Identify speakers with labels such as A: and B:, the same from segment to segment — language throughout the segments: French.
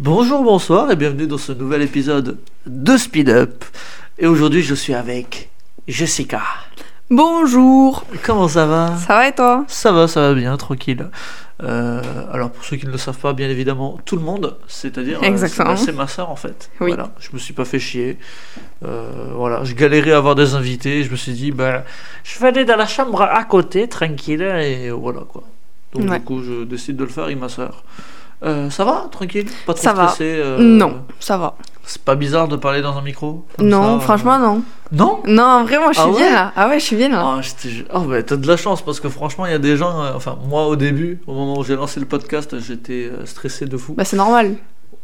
A: Bonjour, bonsoir et bienvenue dans ce nouvel épisode de Speed Up. Et aujourd'hui, je suis avec Jessica.
B: Bonjour
A: Comment ça va
B: Ça va et toi
A: Ça va, ça va bien, tranquille. Euh, alors pour ceux qui ne le savent pas, bien évidemment, tout le monde, c'est-à-dire euh,
B: Exactement.
A: c'est- c'est ma sœur en fait.
B: Oui.
A: Voilà, je me suis pas fait chier. Euh, voilà, je galérais à avoir des invités. Je me suis dit, ben, je vais aller dans la chambre à côté, tranquille, et voilà quoi. Donc
B: Ouais.
A: du coup, je décide de le faire et ma sœur. Euh, ça va, tranquille, pas trop
B: Ça va.
A: stressé. euh,
B: Non, ça va.
A: C'est pas bizarre de parler dans un micro. comme ça,
B: non,
A: euh,
B: franchement, non.
A: Non.
B: Non, vraiment, je suis
A: Ah ouais
B: bien là. Ah ouais, je suis bien là.
A: Ah, je te jure. Ah, bah, t'as de la chance parce que franchement, il y a des gens. euh, enfin, moi, au début, au moment où j'ai lancé le podcast, j'étais euh, stressé de fou.
B: Bah, c'est normal.
A: Euh.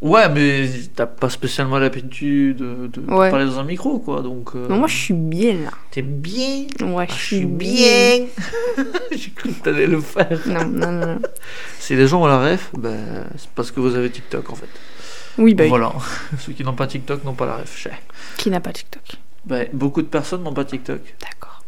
A: Ouais, mais t'as pas spécialement l'habitude de, de- de
B: Ouais.
A: parler dans un micro, quoi. Donc, euh,
B: Non, moi, je suis bien là.
A: t'es bien.
B: Ouais,
A: Ah,
B: je suis bien.
A: j'ai cru que t'allais le faire.
B: Non, non, non. non.
A: Si les gens ont la ref, ben, c'est parce que vous avez TikTok, en fait.
B: Oui, bah, oui.
A: Voilà. Ceux qui n'ont pas TikTok n'ont pas la ref. Ché.
B: qui n'a pas TikTok
A: Ben, beaucoup de personnes n'ont pas TikTok.
B: D'accord.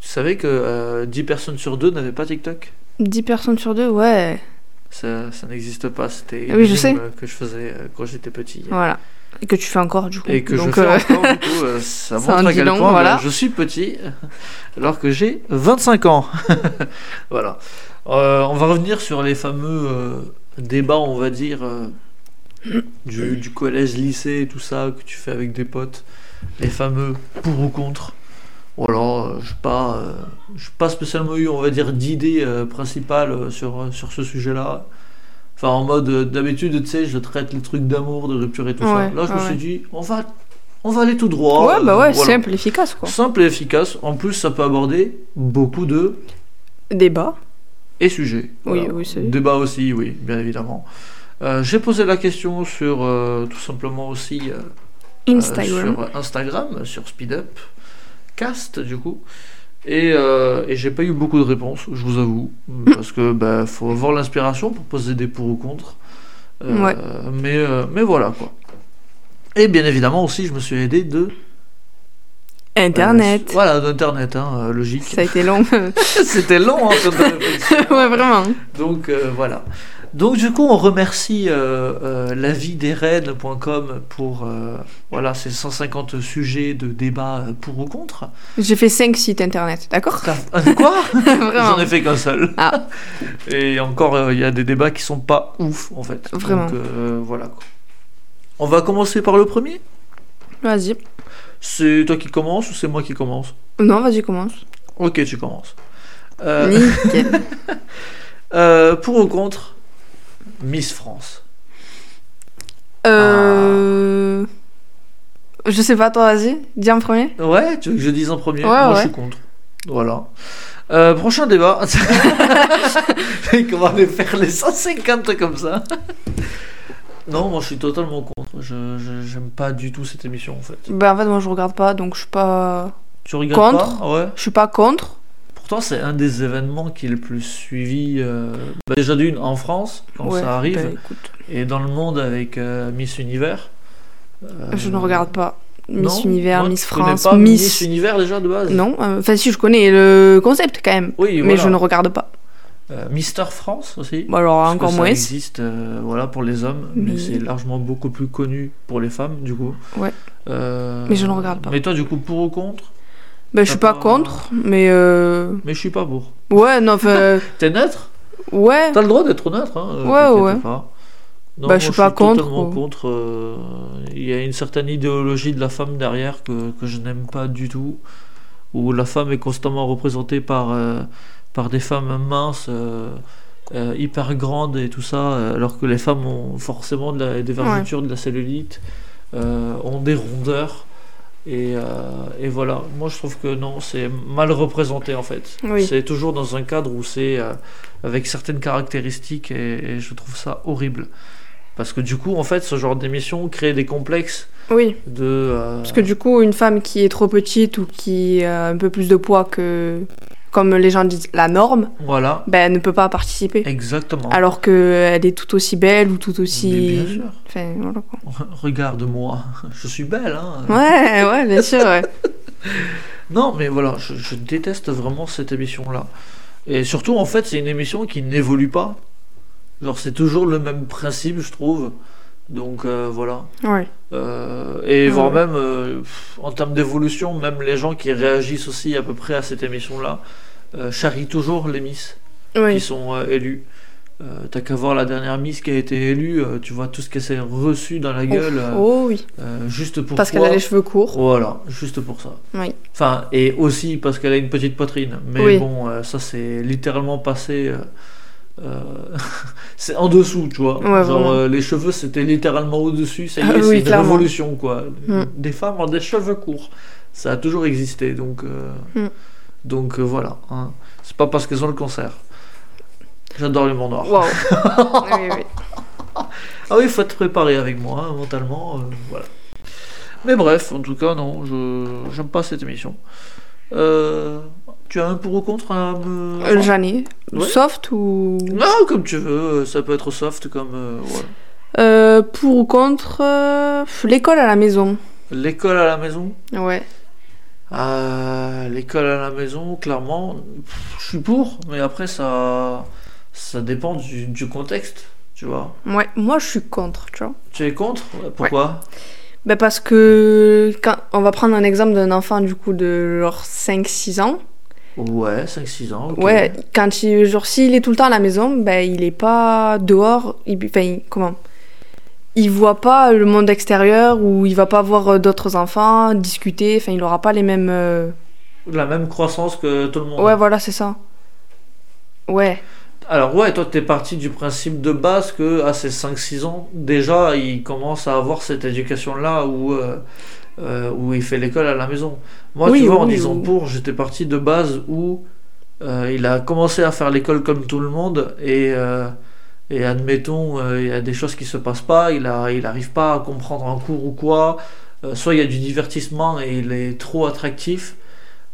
A: Tu savais que euh, 10 personnes sur 2 n'avaient pas TikTok
B: 10 personnes sur deux, ouais.
A: Ça, ça n'existe pas. C'était une
B: Ah Oui, je
A: énigme,
B: sais.
A: euh, que je faisais euh, quand j'étais petit.
B: Voilà. Et que tu fais encore, du coup.
A: Et que
B: Donc,
A: je fais
B: euh,
A: encore, du coup, euh, ça
B: ça en
A: montre à
B: dit
A: quel
B: long,
A: point
B: voilà.
A: ben, je suis petit, alors que j'ai 25 ans. voilà. Euh, on va revenir sur les fameux euh, débats, on va dire, euh, du, du collège-lycée, tout ça, que tu fais avec des potes. Les fameux pour ou contre. Voilà, je n'ai pas, euh, j'ai pas spécialement eu, on va dire, d'idée euh, principale euh, sur, euh, sur ce sujet-là. Enfin, en mode, euh, d'habitude, tu sais, je traite les trucs d'amour, de rupture et tout ça.
B: Ouais,
A: Là, je me
B: ouais,
A: suis
B: ouais.
A: dit, on va, on va aller tout droit.
B: ouais, bah
A: euh, voilà.
B: ouais, simple, efficace, quoi.
A: Simple et efficace. En plus, ça peut aborder beaucoup de
B: Débat.
A: et sujets.
B: Oui, oui, c'est-
A: Débat aussi, oui, bien évidemment. Euh, J'ai posé la question sur, euh, tout simplement aussi, euh,
B: Instagram.
A: euh, sur Instagram, sur SpeedUp, Cast du coup. Et, euh, et j'ai pas eu beaucoup de réponses, je vous avoue,
B: Mm.
A: parce que bah, faut avoir l'inspiration pour poser des pour ou contre. Euh,
B: Ouais.
A: Mais euh, mais voilà quoi. Et bien évidemment aussi, je me suis aidé de
B: Internet.
A: Euh, voilà, d'internet, hein, euh, logique.
B: Ça a été long. ouais,
A: C'était long, hein, comme réflexion.
B: vraiment.
A: Donc euh, voilà. Donc du coup, on remercie euh, euh, lavidesrennes.com pour euh, voilà ces 150 sujets de débat euh, pour ou contre.
B: J'ai fait 5 sites internet, d'accord
A: T'as- Quoi
B: Vraiment.
A: J'en ai fait qu'un seul.
B: Ah.
A: Et encore, euh, il y a des débats qui sont pas ouf en fait.
B: Vraiment.
A: Donc euh, voilà. quoi. On va commencer par le premier.
B: Vas-y.
A: C'est toi qui commence ou c'est moi qui commence
B: Non, vas-y, commence.
A: Ok, tu commences. Euh,
B: Nickel.
A: euh, pour ou contre Miss France.
B: Euh... Je sais pas, toi, vas-y, dis en premier.
A: Ouais, tu veux que je dise en premier
B: Ouais,
A: Moi,
B: ouais.
A: je suis contre. Voilà. Euh, prochain débat. Comment les faire les 150 comme ça Non, moi je suis totalement contre. Je je- j'aime pas du tout cette émission en fait.
B: Bah en fait, moi je regarde pas, donc je suis pas,
A: Tu regardes
B: Contre
A: pas Ouais.
B: je suis pas contre.
A: Pourtant, c'est un des événements qui est le plus suivi. euh, bah, déjà d'une en France quand
B: Ouais,
A: ça arrive
B: bah, écoute,
A: et dans le monde avec euh, Miss Univers. Euh,
B: je ne regarde pas Miss
A: non
B: Univers,
A: Moi,
B: Miss
A: tu connais
B: France,
A: pas
B: Miss.
A: Univers déjà de base.
B: Non, euh, enfin si, je connais le concept quand même,
A: Oui,
B: mais
A: voilà.
B: je ne regarde pas.
A: Euh, Mister France aussi.
B: Bon, alors
A: Parce que
B: encore
A: ça
B: moins.
A: existe euh, voilà, pour les hommes, mais,
B: Mais-
A: c'est largement beaucoup plus connu pour les femmes, du coup.
B: Ouais.
A: Euh,
B: Mais je ne regarde pas.
A: Mais toi, du coup, pour ou contre
B: Bah je suis
A: T'as
B: pas
A: pas-
B: contre, mais euh...
A: Mais je suis pas pour.
B: ouais, non, enfin
A: T'es neutre
B: ouais,
A: T'as le droit d'être neutre, hein euh,
B: Ouais,
A: t'inquiète
B: ouais.
A: pas. Non,
B: Bah,
A: moi,
B: je suis pas contre,
A: totalement
B: quoi.
A: contre. euh, Il y a une certaine idéologie de la femme derrière que, que je n'aime pas du tout, où la femme est constamment représentée par, euh, par des femmes minces, euh, euh, hyper grandes et tout ça, euh, alors que les femmes ont forcément de la- des vergetures, de la cellulite, euh, ont des rondeurs. Et, euh, et voilà, moi je trouve que non, c'est mal représenté en fait.
B: Oui.
A: C'est toujours dans un cadre où c'est euh, avec certaines caractéristiques et, et je trouve ça horrible. Parce que du coup, en fait, ce genre d'émission crée des complexes
B: oui,
A: de. euh,
B: parce que du coup une femme qui est trop petite ou qui a un peu plus de poids que comme les gens disent la norme,
A: Voilà,
B: ben elle ne peut pas participer.
A: exactement.
B: alors qu'elle est tout aussi belle ou tout
A: Hein. Mais bien
B: aussi.
A: sûr.
B: Enfin, voilà quoi.
A: Regarde-moi, je suis belle. Hein.
B: Ouais, ouais, bien sûr, ouais.
A: Non, mais voilà, je, je déteste vraiment cette émission-là. Et surtout, en fait, c'est une émission qui n'évolue pas. Genre, c'est toujours le même principe, je trouve. Donc euh, voilà.
B: Ouais.
A: Euh, et
B: Ah
A: voire
B: ouais.
A: même, euh, pff, en termes d'évolution, même les gens qui réagissent aussi à peu près à cette émission-là euh, charrient toujours les Miss qui
B: Oui.
A: sont euh, élues. Euh, T'as qu'à voir la dernière Miss qui a été élue, euh, tu vois tout ce qu'elle s'est reçu dans la gueule, euh,
B: Oh oui.
A: euh, juste pour
B: Parce qu'elle
A: quoi
B: a les cheveux courts.
A: Voilà, juste pour ça.
B: Oui.
A: Enfin, et aussi parce qu'elle a une petite poitrine. Mais
B: Oui.
A: bon, euh, ça c'est littéralement passé. euh, euh, c'est en dessous, tu vois.
B: Ouais,
A: Genre
B: vraiment.
A: euh, les cheveux c'était littéralement au-dessus. Ça y est,
B: Ah oui,
A: c'est une
B: clairement.
A: révolution quoi.
B: Mm.
A: Des femmes ont des cheveux courts. Ça a toujours existé. Donc, euh,
B: Mm.
A: donc euh, voilà. hein. C'est pas parce qu'elles ont le cancer. J'adore les mots noirs.
B: Waouh. oui, oui.
A: Ah oui, il faut te préparer avec moi, hein, mentalement, euh, voilà. Mais bref, en tout cas, non, je j'aime pas cette émission. Euh, tu as un pour ou contre à me...
B: Euh, Jeannet.
A: Ouais.
B: Soft ou.
A: non, comme tu veux, ça peut être soft comme... euh, voilà.
B: Euh, pour ou contre euh, pff, l'école à la maison.
A: L'école à la maison
B: Ouais.
A: Euh, L'école à la maison, clairement, pff, je suis pour, mais après, ça, ça dépend du, du contexte, tu vois.
B: Ouais. Moi, je suis contre, tu vois.
A: Tu es contre Pourquoi
B: Ben parce que quand on va prendre un exemple d'un enfant du coup de genre 5 6 ans.
A: Ouais, 5-6 ans, ok.
B: Ouais, quand il genre s'il est tout le temps à la maison, ben il est pas dehors, il, enfin il- comment Il voit pas le monde extérieur ou il va pas voir euh, d'autres enfants discuter, enfin il aura pas les mêmes euh,
A: La même croissance que tout le monde.
B: Ouais, voilà, c'est ça. Ouais.
A: Alors ouais, toi t'es parti du principe de base que à ces 5-6 ans, déjà il commence à avoir cette éducation-là où, euh, euh, où il fait l'école à la maison. Moi
B: Oui,
A: tu vois, en
B: oui,
A: disant
B: oui.
A: pour, j'étais parti de base où euh, il a commencé à faire l'école comme tout le monde et, euh, et admettons, euh, il y a des choses qui se passent pas, il a, il arrive pas à comprendre un cours ou quoi, Euh, soit il y a du divertissement et il est trop attractif,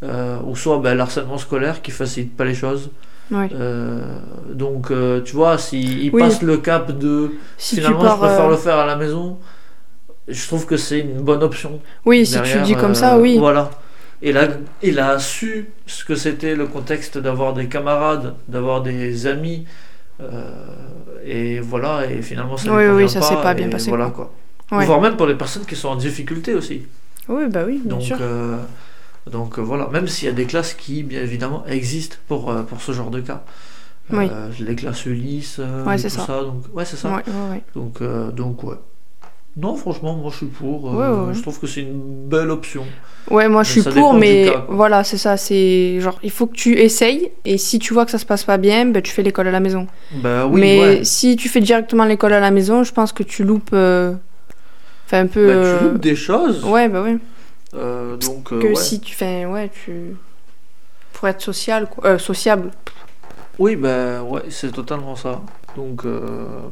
A: euh, ou soit ben, l'harcèlement scolaire qui facilite pas les choses.
B: Ouais.
A: Euh, donc, euh, tu vois, s'il il
B: Oui.
A: passe le cap de
B: Si
A: finalement,
B: tu pars
A: je préfère
B: euh,
A: le faire à la maison, je trouve que c'est une bonne option.
B: Oui, si tu
A: Derrière,
B: dis comme
A: euh,
B: ça, oui.
A: Voilà. Il a, il a su ce que c'était le contexte d'avoir des camarades, d'avoir des amis. euh, et voilà, et finalement, ça lui
B: Oui, oui,
A: convient
B: ça s'est pas bien
A: et
B: passé,
A: Voilà, quoi.
B: Ouais.
A: Voire même pour les personnes qui sont en difficulté aussi.
B: Oui, bah oui, bien
A: Donc,
B: sûr.
A: euh, donc euh, voilà, même s'il y a des classes qui, bien évidemment, existent pour, euh, pour ce genre de cas. Euh,
B: Oui.
A: les classes Ulysse, euh,
B: Ouais,
A: et
B: c'est
A: tout
B: ça.
A: ça. donc, ouais, c'est ça.
B: Ouais, ouais, ouais.
A: Donc, euh, donc, ouais. Non, franchement, moi je suis pour. euh,
B: Ouais, ouais, ouais.
A: Je trouve que c'est une belle option.
B: Ouais, moi je
A: Mais
B: suis
A: ça
B: pour,
A: dépend du
B: mais
A: cas, quoi.
B: voilà, c'est ça, c'est genre, il faut que tu essayes, et si tu vois que ça se passe pas bien, ben, tu fais l'école à la maison.
A: Bah oui,
B: mais
A: ouais.
B: si tu fais directement l'école à la maison, je pense que tu loupes. euh, Enfin, un peu.
A: Bah, tu
B: euh,
A: loupes des choses.
B: Ouais, bah ouais.
A: euh, donc, euh,
B: Que
A: ouais.
B: si tu fais. Ouais, tu. Pour être social, quoi. Euh, sociable.
A: Oui, bah ouais, c'est totalement ça. Donc, euh,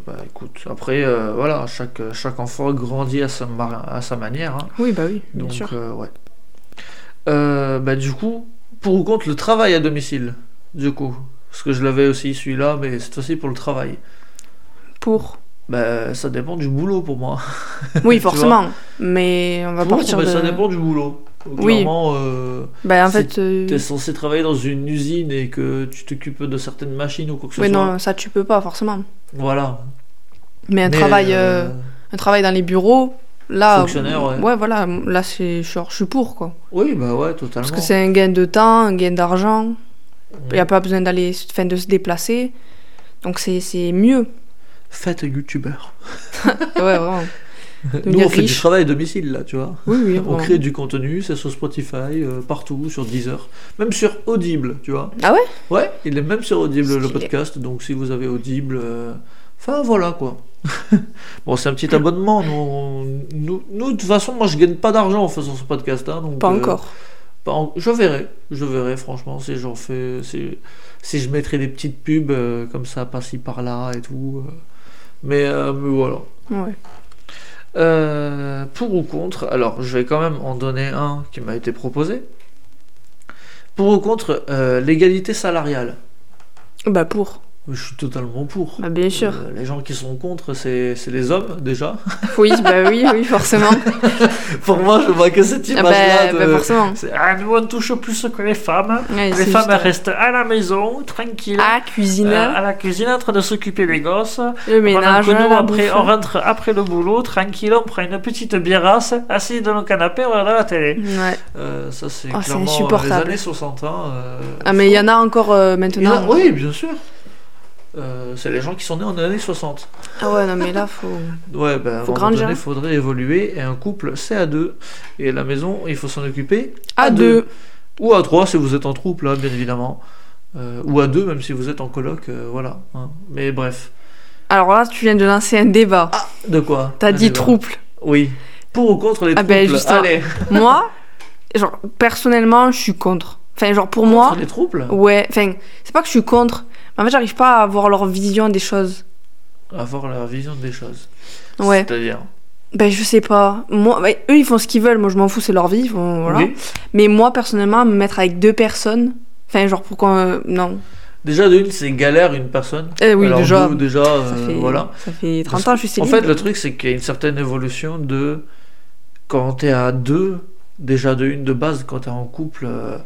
A: bah écoute, après, euh, voilà, chaque, chaque enfant grandit à sa, mar- à sa manière. hein.
B: Oui, bah oui, bien
A: Donc,
B: sûr.
A: euh, ouais. Euh, bah, du coup, pour ou contre le travail à domicile, du coup. Parce que je l'avais aussi celui-là, mais cette fois-ci pour le travail.
B: Pour.
A: Bah, ça dépend du boulot pour moi.
B: Oui,
A: vois.
B: forcément. Mais on va
A: Pour,
B: partir
A: mais
B: de.
A: ça dépend du boulot.
B: Oui.
A: Clairement, euh,
B: Bah, en
A: Si
B: fait. euh,
A: t'es censé travailler dans une usine et que tu t'occupes de certaines machines ou quoi que ce
B: Oui,
A: soit.
B: non, ça tu peux pas, forcément.
A: Voilà.
B: Mais un
A: Mais,
B: travail.
A: euh,
B: euh, Un travail dans les bureaux. Là,
A: Fonctionnaire, ouais.
B: voilà, là c'est genre je suis pour quoi.
A: Oui, bah ouais, totalement.
B: Parce que c'est un gain de temps, un gain d'argent. Il
A: Mm.
B: n'y a pas besoin d'aller, enfin, de se déplacer. Donc c'est c'est mieux.
A: Faites youtubeur.
B: Ouais, vraiment.
A: Nous,
B: Devenir
A: on fait du
B: riche.
A: travail à domicile, là, tu vois.
B: Oui, oui,
A: On
B: vraiment.
A: crée du contenu, c'est sur Spotify, euh, partout, sur Deezer, même sur Audible, tu vois.
B: Ah ouais
A: Ouais, il est même sur Audible le
B: Stylé.
A: podcast, donc si vous avez Audible, euh, enfin voilà quoi. bon, c'est un petit abonnement, nous, on- nous, nous, de toute façon, moi je gagne pas d'argent en faisant ce podcast, hein, donc,
B: Pas
A: euh,
B: encore.
A: pas en- Je verrai, je verrai franchement si j'en fais, si, si je mettrai des petites pubs euh, comme ça par-ci par-là et tout, euh. mais, euh, mais voilà.
B: Ouais.
A: Euh, pour ou contre, alors je vais quand même en donner un qui m'a été proposé. Pour ou contre euh, l'égalité salariale
B: Bah pour.
A: Je suis totalement pour.
B: Bah, bien sûr.
A: Euh, les gens qui sont contre, c'est c'est les hommes déjà.
B: Oui, bah oui, oui, forcément.
A: Pour moi, je vois que cette
B: Ah
A: image-là.
B: bah,
A: de-
B: bah, forcément.
A: c'est, ah, nous, on touche plus que les femmes.
B: Ouais,
A: les
B: c'est
A: femmes
B: juste, euh,
A: elles restent à la maison, tranquilles,
B: Ah,
A: euh,
B: cuisiner,
A: à la cuisine, en train de s'occuper des gosses.
B: le
A: Pendant
B: ménage,
A: que nous,
B: la
A: après,
B: bouffe.
A: on rentre après le boulot, tranquille, on prend une petite biérasse, assis dans le canapé, on regarde la télé.
B: Ouais.
A: Euh, ça, c'est
B: Oh, c'est
A: clairement euh,
B: insupportable.
A: les années 60. hein, euh,
B: Ah, mais il y en a encore
A: il
B: euh,
A: y en a-
B: maintenant.
A: Oui, bien sûr. Euh, c'est les gens qui sont nés en années 60.
B: Ah ouais, non, mais là, faut.
A: Ouais, ben,
B: Faut
A: à un moment
B: grandir.
A: donné, faudrait évoluer. Et un couple, c'est à deux. Et la maison, il faut s'en occuper
B: À Ah, deux.
A: Ou à trois si vous êtes en troupe, là, bien évidemment. Euh, ou à deux, même si vous êtes en coloc, euh, voilà. hein. Mais bref.
B: Alors là, tu viens de lancer un débat.
A: De quoi
B: T'as
A: Un
B: dit
A: débat.
B: trouble.
A: Oui. Pour ou contre les
B: Ah
A: troupes
B: ben, justement.
A: Allez.
B: moi, genre, personnellement, je suis contre. Enfin, genre, pour moi,
A: Contre les troubles
B: ouais. Enfin, c'est pas que je suis contre. Mais en fait, j'arrive pas à voir leur vision des choses.
A: Avoir la vision des choses.
B: Ouais.
A: C'est-à-dire.
B: Ben, je sais pas. Moi, ben, eux, ils font ce qu'ils veulent. Moi, je m'en fous, c'est leur vie. ils font- voilà.
A: Oui.
B: Mais moi, personnellement, me mettre avec deux personnes. Enfin, genre, pourquoi. euh, non.
A: Déjà, d'une, c'est galère une personne.
B: Eh oui,
A: Alors,
B: déjà.
A: deux, déjà,
B: ça,
A: euh,
B: fait,
A: voilà.
B: ça fait 30
A: Parce
B: ans
A: que-
B: que je suis
A: En
B: célib.
A: fait, le truc, c'est qu'il y a une certaine évolution de quand t'es à deux, déjà de une de base, quand t'es en couple, euh,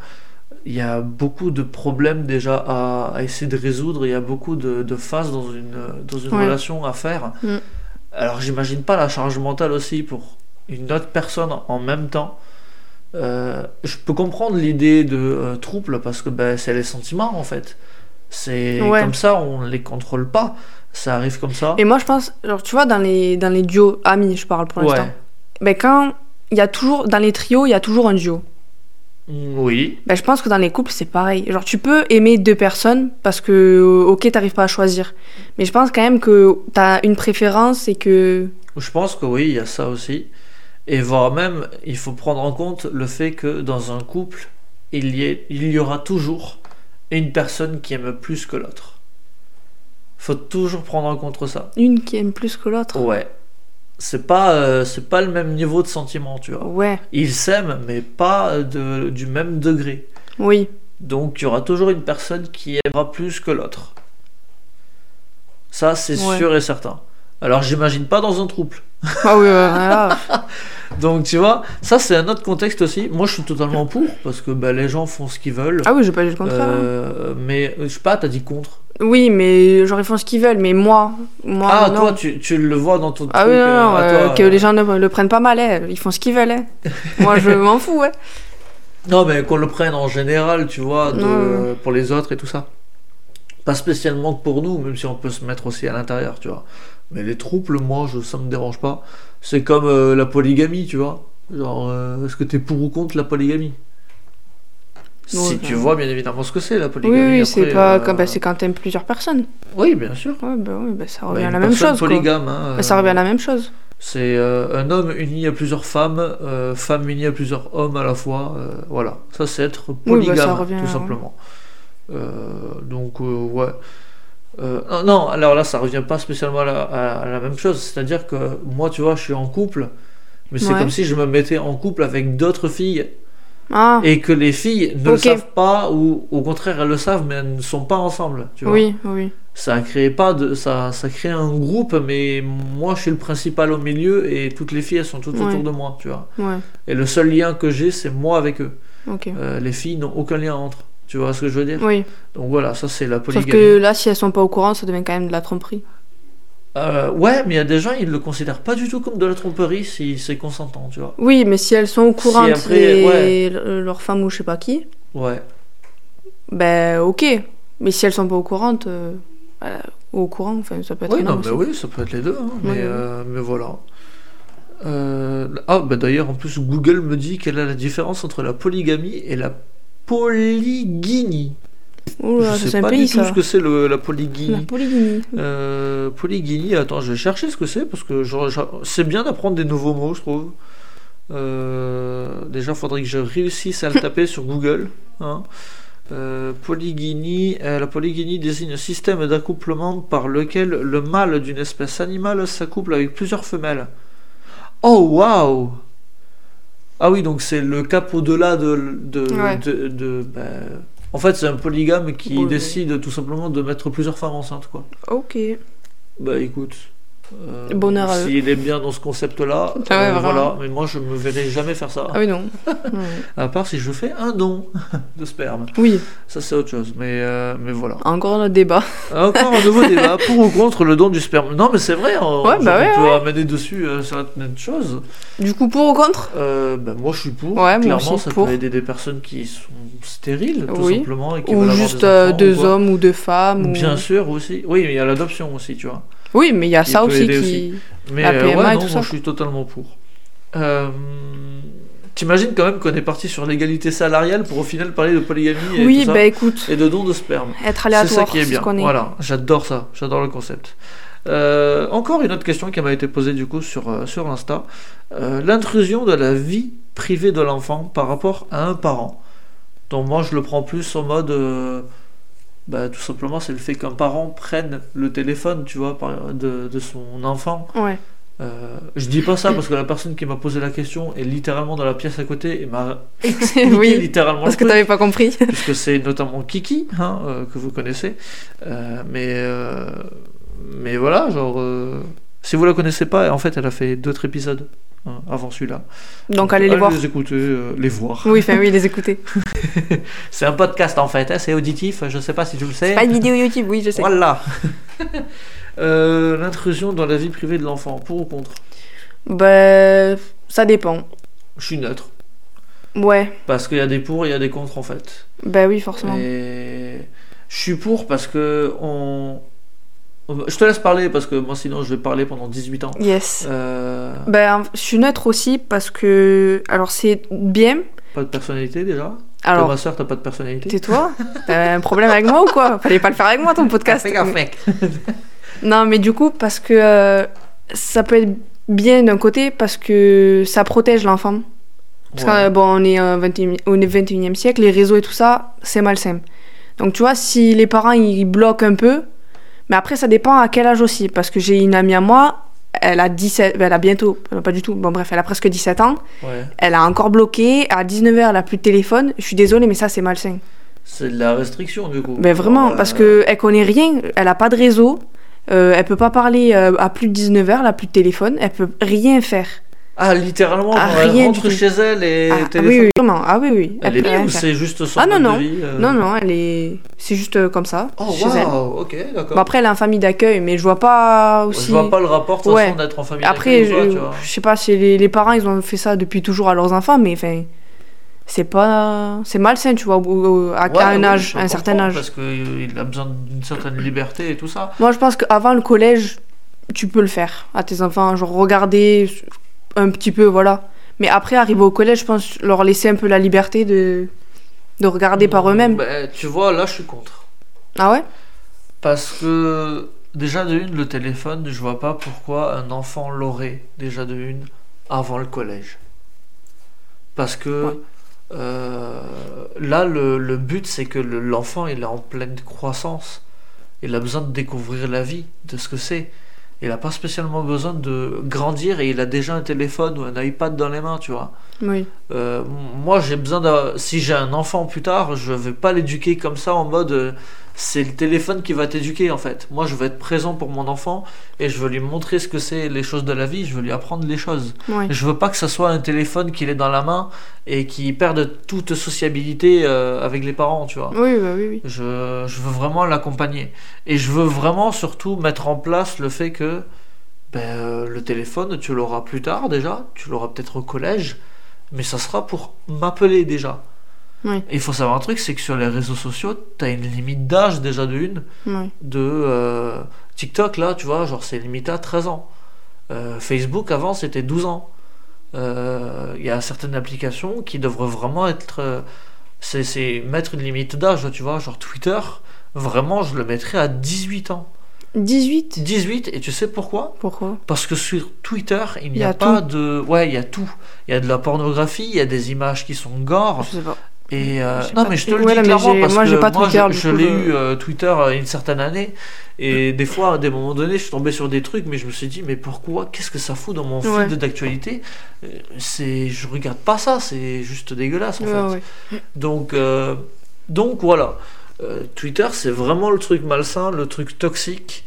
A: il y a beaucoup de problèmes déjà à, à essayer de résoudre. Il y a beaucoup de, de phases dans une, euh, dans une
B: Ouais.
A: relation à faire.
B: Mm.
A: Alors, j'imagine pas la charge mentale aussi pour une autre personne en même temps. Euh, je peux comprendre l'idée de euh, trouble parce que ben, c'est les sentiments en fait. C'est
B: Ouais.
A: comme ça, on les contrôle pas. Ça arrive comme ça.
B: Et moi, je pense, genre, tu vois, dans les, dans les duos amis, je parle pour l'instant.
A: ouais.
B: Ben, quand. Il y a toujours. Dans les trios, il y a toujours un duo.
A: Mm, Oui,
B: Bah, je pense que dans les couples, c'est pareil. Genre, tu peux aimer deux personnes parce que, euh, ok, t'arrives pas à choisir. Mais je pense quand même que t'as une préférence et que.
A: je pense que oui, il y a ça aussi. Et voire même, il faut prendre en compte le fait que dans un couple, il y, ait- il y aura toujours une personne qui aime plus que l'autre. Faut toujours prendre en compte ça.
B: Une qui aime plus que l'autre.
A: Ouais. C'est pas, euh, c'est pas le même niveau de sentiment, tu vois.
B: Ouais,
A: Ils s'aiment, mais pas de- du même degré.
B: oui.
A: Donc, il y aura toujours une personne qui aimera plus que l'autre. Ça, c'est
B: Ouais.
A: sûr et certain. Alors, j'imagine pas dans un trouble.
B: Ah oui, ouais, voilà.
A: Donc tu vois, ça c'est un autre contexte aussi. Moi je suis totalement pour parce que bah, les gens font ce qu'ils veulent.
B: Ah oui, j'ai pas dit le contraire. hein.
A: Euh, mais je sais pas, t'as dit contre.
B: Oui, mais genre, ils font ce qu'ils veulent. Mais moi, moi.
A: Ah,
B: non.
A: toi tu, tu le vois dans ton
B: Ah
A: truc.
B: oui, non,
A: euh,
B: non,
A: à
B: euh,
A: toi,
B: que
A: euh.
B: les gens ne le prennent pas mal, hein. ils font ce qu'ils veulent. hein. Moi, je m'en fous, hein. ouais.
A: Non mais qu'on le prenne en général, tu vois, de-
B: Non.
A: pour les autres et tout ça. Pas spécialement pour nous, même si on peut se mettre aussi à l'intérieur, tu vois. Mais les troubles, moi, je, ça me dérange pas. C'est comme euh, la polygamie, tu vois. Genre, euh, est-ce que t'es pour ou contre la polygamie Si
B: Ouais,
A: tu
B: ouais.
A: vois bien évidemment ce que c'est la
B: Oui,
A: polygamie.
B: oui, c'est
A: après,
B: pas.
A: euh,
B: Quand, bah, c'est quand t'aimes plusieurs personnes.
A: Oui, bien sûr.
B: Ouais, bah oui, bah, ça revient
A: Bah,
B: à
A: une
B: la même
A: personne
B: chose, quoi.
A: polygame, hein,
B: Bah, ça
A: euh,
B: revient à la même chose.
A: C'est euh, un homme uni à plusieurs femmes, euh, femme unie à plusieurs hommes à la fois. euh, voilà, ça c'est être polygame,
B: bah, ça revient, hein.
A: tout
B: ouais.
A: simplement. Euh, donc, euh, ouais. Euh, non, non, alors là, ça revient pas spécialement à la, à- à la même chose. C'est-à-dire que moi, tu vois, je suis en couple, mais c'est
B: Ouais.
A: comme si je me mettais en couple avec d'autres filles
B: Ah,
A: et que les filles ne le
B: Ok.
A: savent pas ou au contraire elles le savent mais elles ne sont pas ensemble. Tu vois
B: oui, oui.
A: ça crée pas de ça ça crée un groupe mais moi je suis le principal au milieu et toutes les filles elles sont toutes
B: Ouais.
A: autour de moi tu vois
B: Ouais,
A: et le seul lien que j'ai c'est moi avec eux
B: ok.
A: Euh, les filles n'ont aucun lien entre tu vois ce que je veux dire
B: Oui,
A: donc voilà ça c'est la
B: sauf
A: polygamie
B: que là, si elles sont pas au courant, ça devient quand même de la tromperie.
A: Euh, ouais mais il y a des gens ils le considèrent pas du tout comme de la tromperie si c'est consentant tu vois
B: Oui, mais si elles sont au courant
A: Si
B: et
A: après, ouais.
B: le- leur femme ou je sais pas qui,
A: ouais
B: ben ok. Mais si elles sont pas au courant, euh, voilà, au courant, enfin, ça peut être
A: oui non
B: énorme
A: mais
B: aussi.
A: oui ça peut être les deux hein, mais
B: Ouais, ouais.
A: euh, mais voilà Euh, ah bah d'ailleurs en plus Google me dit quelle est la différence entre la polygamie et la polygynie
B: Ouh
A: oh,
B: là,
A: je
B: ça,
A: sais
B: c'est euh, un
A: pas
B: pays
A: du tout
B: ça.
A: ce que c'est le- la
B: La
A: polygynie.
B: polygynie.
A: Euh, polygynie, attends, je vais chercher ce que c'est parce que je- je- c'est bien d'apprendre des nouveaux mots, je trouve. Euh, déjà, faudrait que je réussisse à le taper sur Google. hein. Euh, polygynie, euh, la polygynie désigne un système d'accouplement par lequel le mâle d'une espèce animale s'accouple avec plusieurs femelles. Oh waouh! Ah oui, donc c'est le cap au-delà de, de,
B: Ouais.
A: de- de- bah, En fait, c'est un polygame qui
B: Ouais.
A: décide tout simplement de mettre plusieurs femmes enceintes, quoi.
B: Ok.
A: Bah écoute. euh,
B: Bonheur à eux.
A: S'il est bien dans ce concept-là,
B: Ah ouais,
A: euh,
B: vraiment.
A: voilà. Mais moi, je me verrai jamais faire ça.
B: Ah oui, non. Ouais.
A: À part si je fais un don de sperme.
B: Oui,
A: Ça, c'est autre chose. Mais, euh, mais voilà. Ah,
B: encore un débat.
A: Encore un nouveau débat pour ou contre le don du sperme. Non, mais c'est vrai. On,
B: Ouais, bah
A: on
B: ouais,
A: peut amener dessus euh, certaines choses.
B: Du coup, pour ou contre
A: Euh, bah, moi, je suis pour.
B: Ouais, moi
A: Clairement,
B: aussi,
A: ça
B: pour.
A: peut aider des personnes qui sont stériles, tout
B: Oui.
A: simplement. Et qui
B: Ou
A: veulent avoir
B: juste
A: des
B: euh,
A: enfants,
B: deux
A: ou quoi.
B: hommes ou deux femmes ou-
A: Bien sûr, aussi. Oui, mais il y a l'adoption aussi, tu vois.
B: Oui, mais il y a
A: Qui
B: ça
A: peut
B: aussi
A: aider
B: qui.
A: aussi. Mais
B: La
A: euh,
B: PMA
A: ouais,
B: et
A: non,
B: tout
A: moi,
B: ça.
A: je suis totalement pour. Euh, T'imagines quand même qu'on est parti sur l'égalité salariale pour au final parler de polygamie et,
B: Oui,
A: tout ça,
B: bah écoute,
A: et de don de sperme.
B: être
A: C'est
B: aléatoire,
A: ça qui est bien.
B: ce qu'on est.
A: Voilà, j'adore ça, j'adore le concept. Euh, encore une autre question qui m'a été posée du coup sur, euh, sur Insta. Euh, L'intrusion de la vie privée de l'enfant par rapport à un parent. Donc moi je le prends plus en mode... euh, bah, tout simplement c'est le fait qu'un parent prenne le téléphone, tu vois, par- de, de son enfant.
B: Ouais.
A: Euh, je dis pas ça parce que la personne qui m'a posé la question est littéralement dans la pièce à côté et m'a expliqué
B: oui,
A: littéralement le
B: parce que
A: truc
B: t'avais pas compris.
A: puisque c'est notamment Kiki hein, euh, que vous connaissez. Euh, mais, euh, mais voilà, genre, euh, si vous la connaissez pas, en fait, elle a fait d'autres épisodes hein, avant celui-là.
B: Donc allez les voir.
A: les écouter, euh, les voir.
B: Oui, enfin oui, les écouter.
A: C'est un podcast en fait, hein, c'est auditif. Je sais pas si tu le sais.
B: Pas une vidéo YouTube, oui, je sais.
A: Voilà. Euh, L'intrusion dans la vie privée de l'enfant, pour ou contre
B: Bah, ça dépend.
A: Je suis neutre.
B: Ouais,
A: Parce qu'il y a des pour et il y a des contre en fait.
B: bah oui, forcément.
A: Et je suis pour parce que on. on- Je te laisse parler parce que moi sinon je vais parler pendant 18 ans.
B: Yes.
A: Euh,
B: Ben, je suis neutre aussi parce que. Alors, c'est bien.
A: pas de personnalité déjà. T'es
B: Alors,
A: ma soeur, t'as pas de personnalité.
B: tais-toi. T'as un problème avec moi ou quoi Fallait pas le faire avec moi,
A: Ah,
B: ton podcast.
A: mec.
B: Non, mais du coup, parce que euh, ça peut être bien d'un côté parce que ça protège l'enfant. Parce qu'on bon, on est euh, 21e on est 21e siècle, les réseaux et tout ça, c'est malsain. Donc tu vois, si les parents ils bloquent un peu, mais après ça dépend à quel âge aussi. Parce que j'ai une amie à moi, elle a 17, ben, elle a bientôt, elle a pas du tout, bon bref, elle a presque 17 ans,
A: Ouais.
B: elle a encore bloqué, à 19h elle a plus de téléphone, je suis désolée, mais ça c'est malsain.
A: C'est de la restriction du coup.
B: Mais vraiment,
A: Euh,
B: parce que elle connaît rien, elle a pas de réseau, euh, elle peut pas parler euh, à plus de 19h, elle a plus de téléphone, elle peut rien faire.
A: Ah, littéralement,
B: Ah,
A: quand elle
B: rien
A: rentre
B: du tout.
A: chez elle et
B: ah, ah
A: téléphone.
B: oui, oui, vraiment, ah oui, oui.
A: Elle
B: peut
A: est bien
B: rien
A: ou
B: faire.
A: c'est juste son
B: Ah, non,
A: mode
B: non.
A: de vie, euh,
B: Non, non, elle est. C'est juste euh, comme ça.
A: Oh,
B: chez elle.
A: waouh, ok, d'accord.
B: Bon, après, elle a une famille d'accueil, mais je vois pas aussi.
A: Je vois pas le rapport de toute
B: Ouais.
A: façon d'être en famille.
B: Après,
A: d'accueil ou pas,
B: je,
A: tu vois.
B: je sais pas si les, les parents ils ont fait ça depuis toujours à leurs enfants, mais enfin. C'est pas. C'est malsain, tu vois, au- au- à, à
A: Ouais,
B: un
A: oui,
B: âge,
A: je
B: à un certain
A: comprends,
B: âge.
A: Parce qu'il a besoin d'une certaine liberté et tout ça.
B: Moi, je pense qu'avant le collège, tu peux le faire à tes enfants, genre regarder un petit peu, voilà. Mais après, arriver au collège, je pense leur laisser un peu la liberté de, de regarder par eux-mêmes.
A: Ben, tu vois, là, je suis contre.
B: Ah ouais
A: Parce que, déjà de une, le téléphone, je vois pas pourquoi un enfant l'aurait, déjà de une, avant le collège. Parce que,
B: Ouais.
A: euh, là, le, le but, c'est que le- l'enfant, il est en pleine croissance. Il a besoin de découvrir la vie, de ce que c'est. Il n'a pas spécialement besoin de grandir et il a déjà un téléphone ou un iPad dans les mains, tu vois.
B: Oui.
A: Euh, moi, j'ai besoin d'un. Si j'ai un enfant plus tard, je vais pas l'éduquer comme ça en mode. euh, c'est le téléphone qui va t'éduquer en fait. Moi, je veux être présent pour mon enfant et je veux lui montrer ce que c'est les choses de la vie. Je veux lui apprendre les choses.
B: Ouais.
A: Je veux pas que ça soit un téléphone qu'il ait dans la main et qui perde toute sociabilité euh, avec les parents, tu vois.
B: Oui, bah oui, oui.
A: Je, je veux vraiment l'accompagner. Et je veux vraiment surtout mettre en place le fait que ben, euh, le téléphone, tu l'auras plus tard déjà, tu l'auras peut-être au collège, mais ça sera pour m'appeler déjà.
B: Oui.
A: Et il faut savoir un truc, c'est que sur les réseaux sociaux, tu as une limite d'âge déjà de une,
B: Ouais.
A: de euh, TikTok là, tu vois, genre c'est limité à 13 ans. Euh, Facebook avant c'était 12 ans. Euh, Il y a certaines applications qui devraient vraiment être. euh, c'est- c'est mettre une limite d'âge, tu vois, genre Twitter, vraiment je le mettrais à 18 ans.
B: 18
A: 18, et tu sais pourquoi
B: Pourquoi
A: Parce que sur Twitter, il n'y
B: Il y
A: a,
B: a
A: pas de. Ouais, il y a tout. Il y a de la pornographie, il y a des images qui sont gore.
B: Je sais pas.
A: Et euh,
B: J'ai
A: non,
B: pas
A: mais
B: de-
A: je te le
B: Ouais,
A: dis
B: non, mais
A: clairement
B: j'ai-
A: parce
B: moi,
A: que
B: j'ai pas
A: moi,
B: Twitter,
A: je,
B: du
A: je
B: coup,
A: l'ai
B: je-
A: eu euh, Twitter euh, une certaine année et des fois, à des moments donnés, je suis tombé sur des trucs, mais je me suis dit, mais pourquoi Qu'est-ce que ça fout dans mon
B: Ouais.
A: feed d'actualité Euh, C'est, je regarde pas ça, c'est juste dégueulasse en
B: Ouais,
A: fait.
B: ouais.
A: Donc, euh, Donc voilà, Euh, Twitter, c'est vraiment le truc malsain, le truc toxique.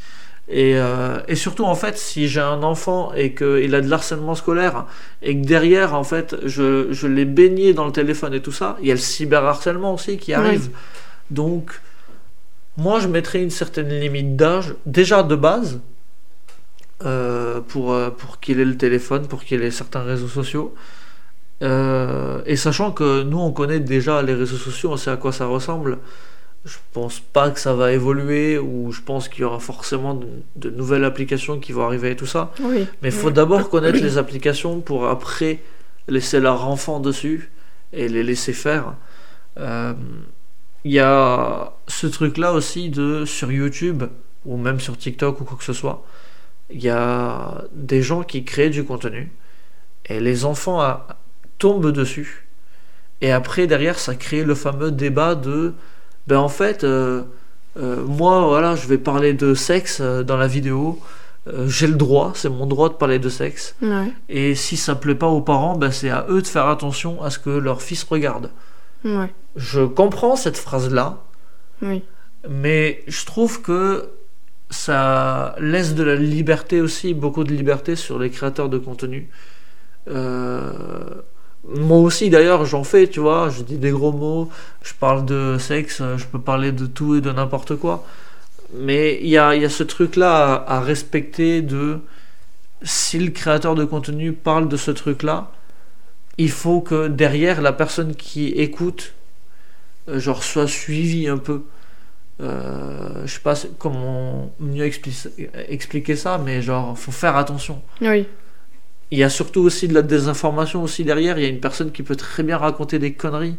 A: Et, euh, et surtout, en fait, si j'ai un enfant et qu'il a de l'harcèlement scolaire, et que derrière, en fait, je, je l'ai baigné dans le téléphone et tout ça, il y a le cyberharcèlement aussi qui arrive. Donc, moi, je mettrais une certaine limite d'âge, déjà de base, euh, pour, euh, pour qu'il ait le téléphone, pour qu'il ait certains réseaux sociaux. Euh, et sachant que nous, on connaît déjà les réseaux sociaux, on sait à quoi ça ressemble. Je pense pas que ça va évoluer ou je pense qu'il y aura forcément de, de nouvelles applications qui vont arriver et tout ça.
B: Oui.
A: Mais il faut d'abord connaître les applications pour après laisser leur enfant dessus et les laisser faire. Euh, Il y a ce truc-là aussi de sur YouTube ou même sur TikTok ou quoi que ce soit. Il y a des gens qui créent du contenu et les enfants a- tombent dessus. Et après, derrière, ça crée le fameux débat de ben en fait, euh, euh, moi, voilà, je vais parler de sexe euh, dans la vidéo. Euh, j'ai le droit, c'est mon droit de parler de sexe.
B: Ouais.
A: Et si ça plaît pas aux parents, ben c'est à eux de faire attention à ce que leur fils regarde.
B: Ouais.
A: Je comprends cette phrase-là,
B: Oui.
A: mais je trouve que ça laisse de la liberté aussi, beaucoup de liberté sur les créateurs de contenu. Euh, moi aussi d'ailleurs j'en fais, tu vois, je dis des gros mots, je parle de sexe, je peux parler de tout et de n'importe quoi. Mais il y a, il y a ce truc-là à, à respecter de si le créateur de contenu parle de ce truc-là, il faut que derrière la personne qui écoute, euh, genre soit suivie un peu. Euh, je sais pas c'est- comment mieux expli- expliquer ça, mais genre faut faire attention.
B: Oui.
A: Il y a surtout aussi de la désinformation aussi derrière. Il y a une personne qui peut très bien raconter des conneries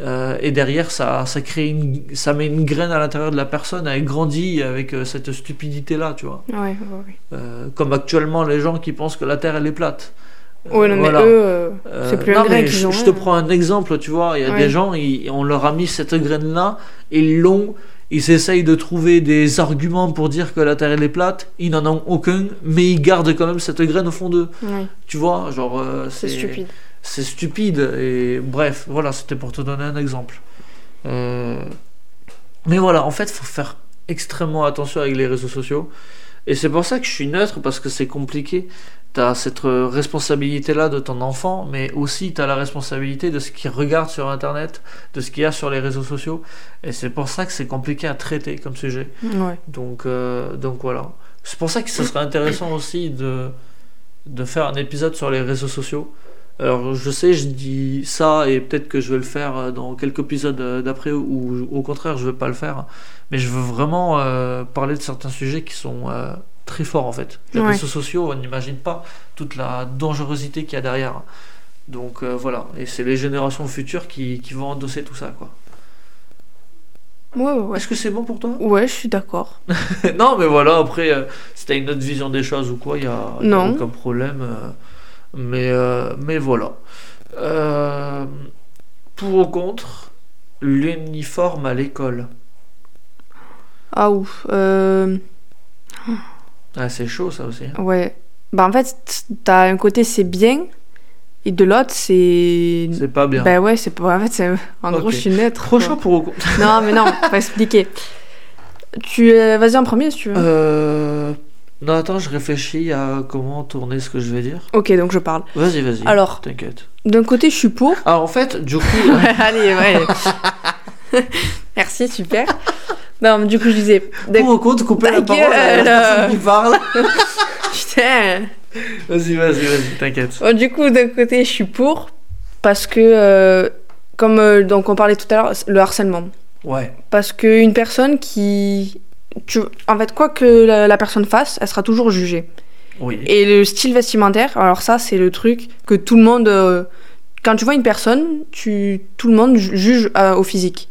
A: euh, et derrière ça, ça crée une, ça met une graine à l'intérieur de la personne. Elle grandit avec euh, cette stupidité là, tu vois.
B: Ouais, ouais, ouais.
A: Euh, comme actuellement les gens qui pensent que la Terre elle est plate. Euh,
B: Ouais, non, mais
A: voilà.
B: eux, euh,
A: Euh,
B: c'est plus
A: non,
B: un grain
A: mais
B: qu'ils
A: je,
B: ont.
A: je te
B: hein.
A: prends un exemple, tu vois, il y a
B: Ouais.
A: des gens, ils- on leur a mis cette graine-là, ils l'ont, ils essayent de trouver des arguments pour dire que la Terre elle est plate, ils n'en ont aucun, mais ils gardent quand même cette graine au fond d'eux,
B: Ouais,
A: tu vois, genre euh,
B: c'est stupide.
A: c'est stupide et bref, voilà, c'était pour te donner un exemple. Euh, Mais voilà, en fait, faut faire extrêmement attention avec les réseaux sociaux. Et c'est pour ça que je suis neutre parce que c'est compliqué. T'as cette euh, responsabilité-là de ton enfant, mais aussi t'as la responsabilité de ce qu'il regarde sur Internet, de ce qu'il y a sur les réseaux sociaux. Et c'est pour ça que c'est compliqué à traiter comme sujet.
B: Ouais.
A: Donc, euh, donc voilà. C'est pour ça que ce serait intéressant aussi de, de faire un épisode sur les réseaux sociaux. Alors je sais, je dis ça et peut-être que je vais le faire euh, dans quelques épisodes euh, d'après ou ou au contraire je vais pas le faire. Mais je veux vraiment euh, parler de certains sujets qui sont euh, très forts en fait. Les
B: Ouais.
A: réseaux sociaux, on n'imagine pas toute la dangerosité qu'il y a derrière. Donc euh, voilà, et c'est les générations futures qui, qui vont endosser tout ça quoi.
B: Ouais, ouais, ouais.
A: Est-ce que c'est bon pour toi
B: Ouais, je suis d'accord.
A: non, mais voilà, après, euh, si t'as une autre vision des choses ou quoi, il n'y a, y a
B: Non.
A: aucun problème. euh, mais, euh, mais voilà. Euh, pour ou contre, l'uniforme à l'école.
B: Ah ouf. Euh...
A: Ah, c'est chaud ça aussi.
B: Ouais. Bah en fait, t'as un côté c'est bien, et de l'autre c'est.
A: C'est pas bien.
B: Bah ouais, c'est pas. En fait, c'est. En
A: Ok.
B: gros, je suis neutre.
A: Trop
B: quoi.
A: chaud pour ou contre.
B: Non, mais non, faut expliquer. Tu. euh, Vas-y en premier si tu veux.
A: Euh, non, attends, je réfléchis à comment tourner ce que je vais dire.
B: Ok, donc je parle.
A: Vas-y, vas-y.
B: Alors.
A: T'inquiète.
B: D'un côté, je suis pour.
A: Ah, en fait, du coup.
B: Ouais, allez, ouais. Merci, super. Non, mais du coup, je disais. d'un-
A: Pour ou contre, couper la
B: Ta
A: parole à la
B: gueule.
A: personne qui parle.
B: Putain.
A: Vas-y, vas-y, vas-y, t'inquiète.
B: Bon, du coup, d'un côté, je suis pour parce que, euh, comme euh, donc on parlait tout à l'heure, le harcèlement.
A: Ouais,
B: Parce qu'une personne qui. Tu, en fait, quoi que la, la personne fasse, elle sera toujours jugée.
A: oui.
B: Et le style vestimentaire, alors ça, c'est le truc que tout le monde. euh, quand tu vois une personne, tu, tout le monde ju- juge euh, au physique.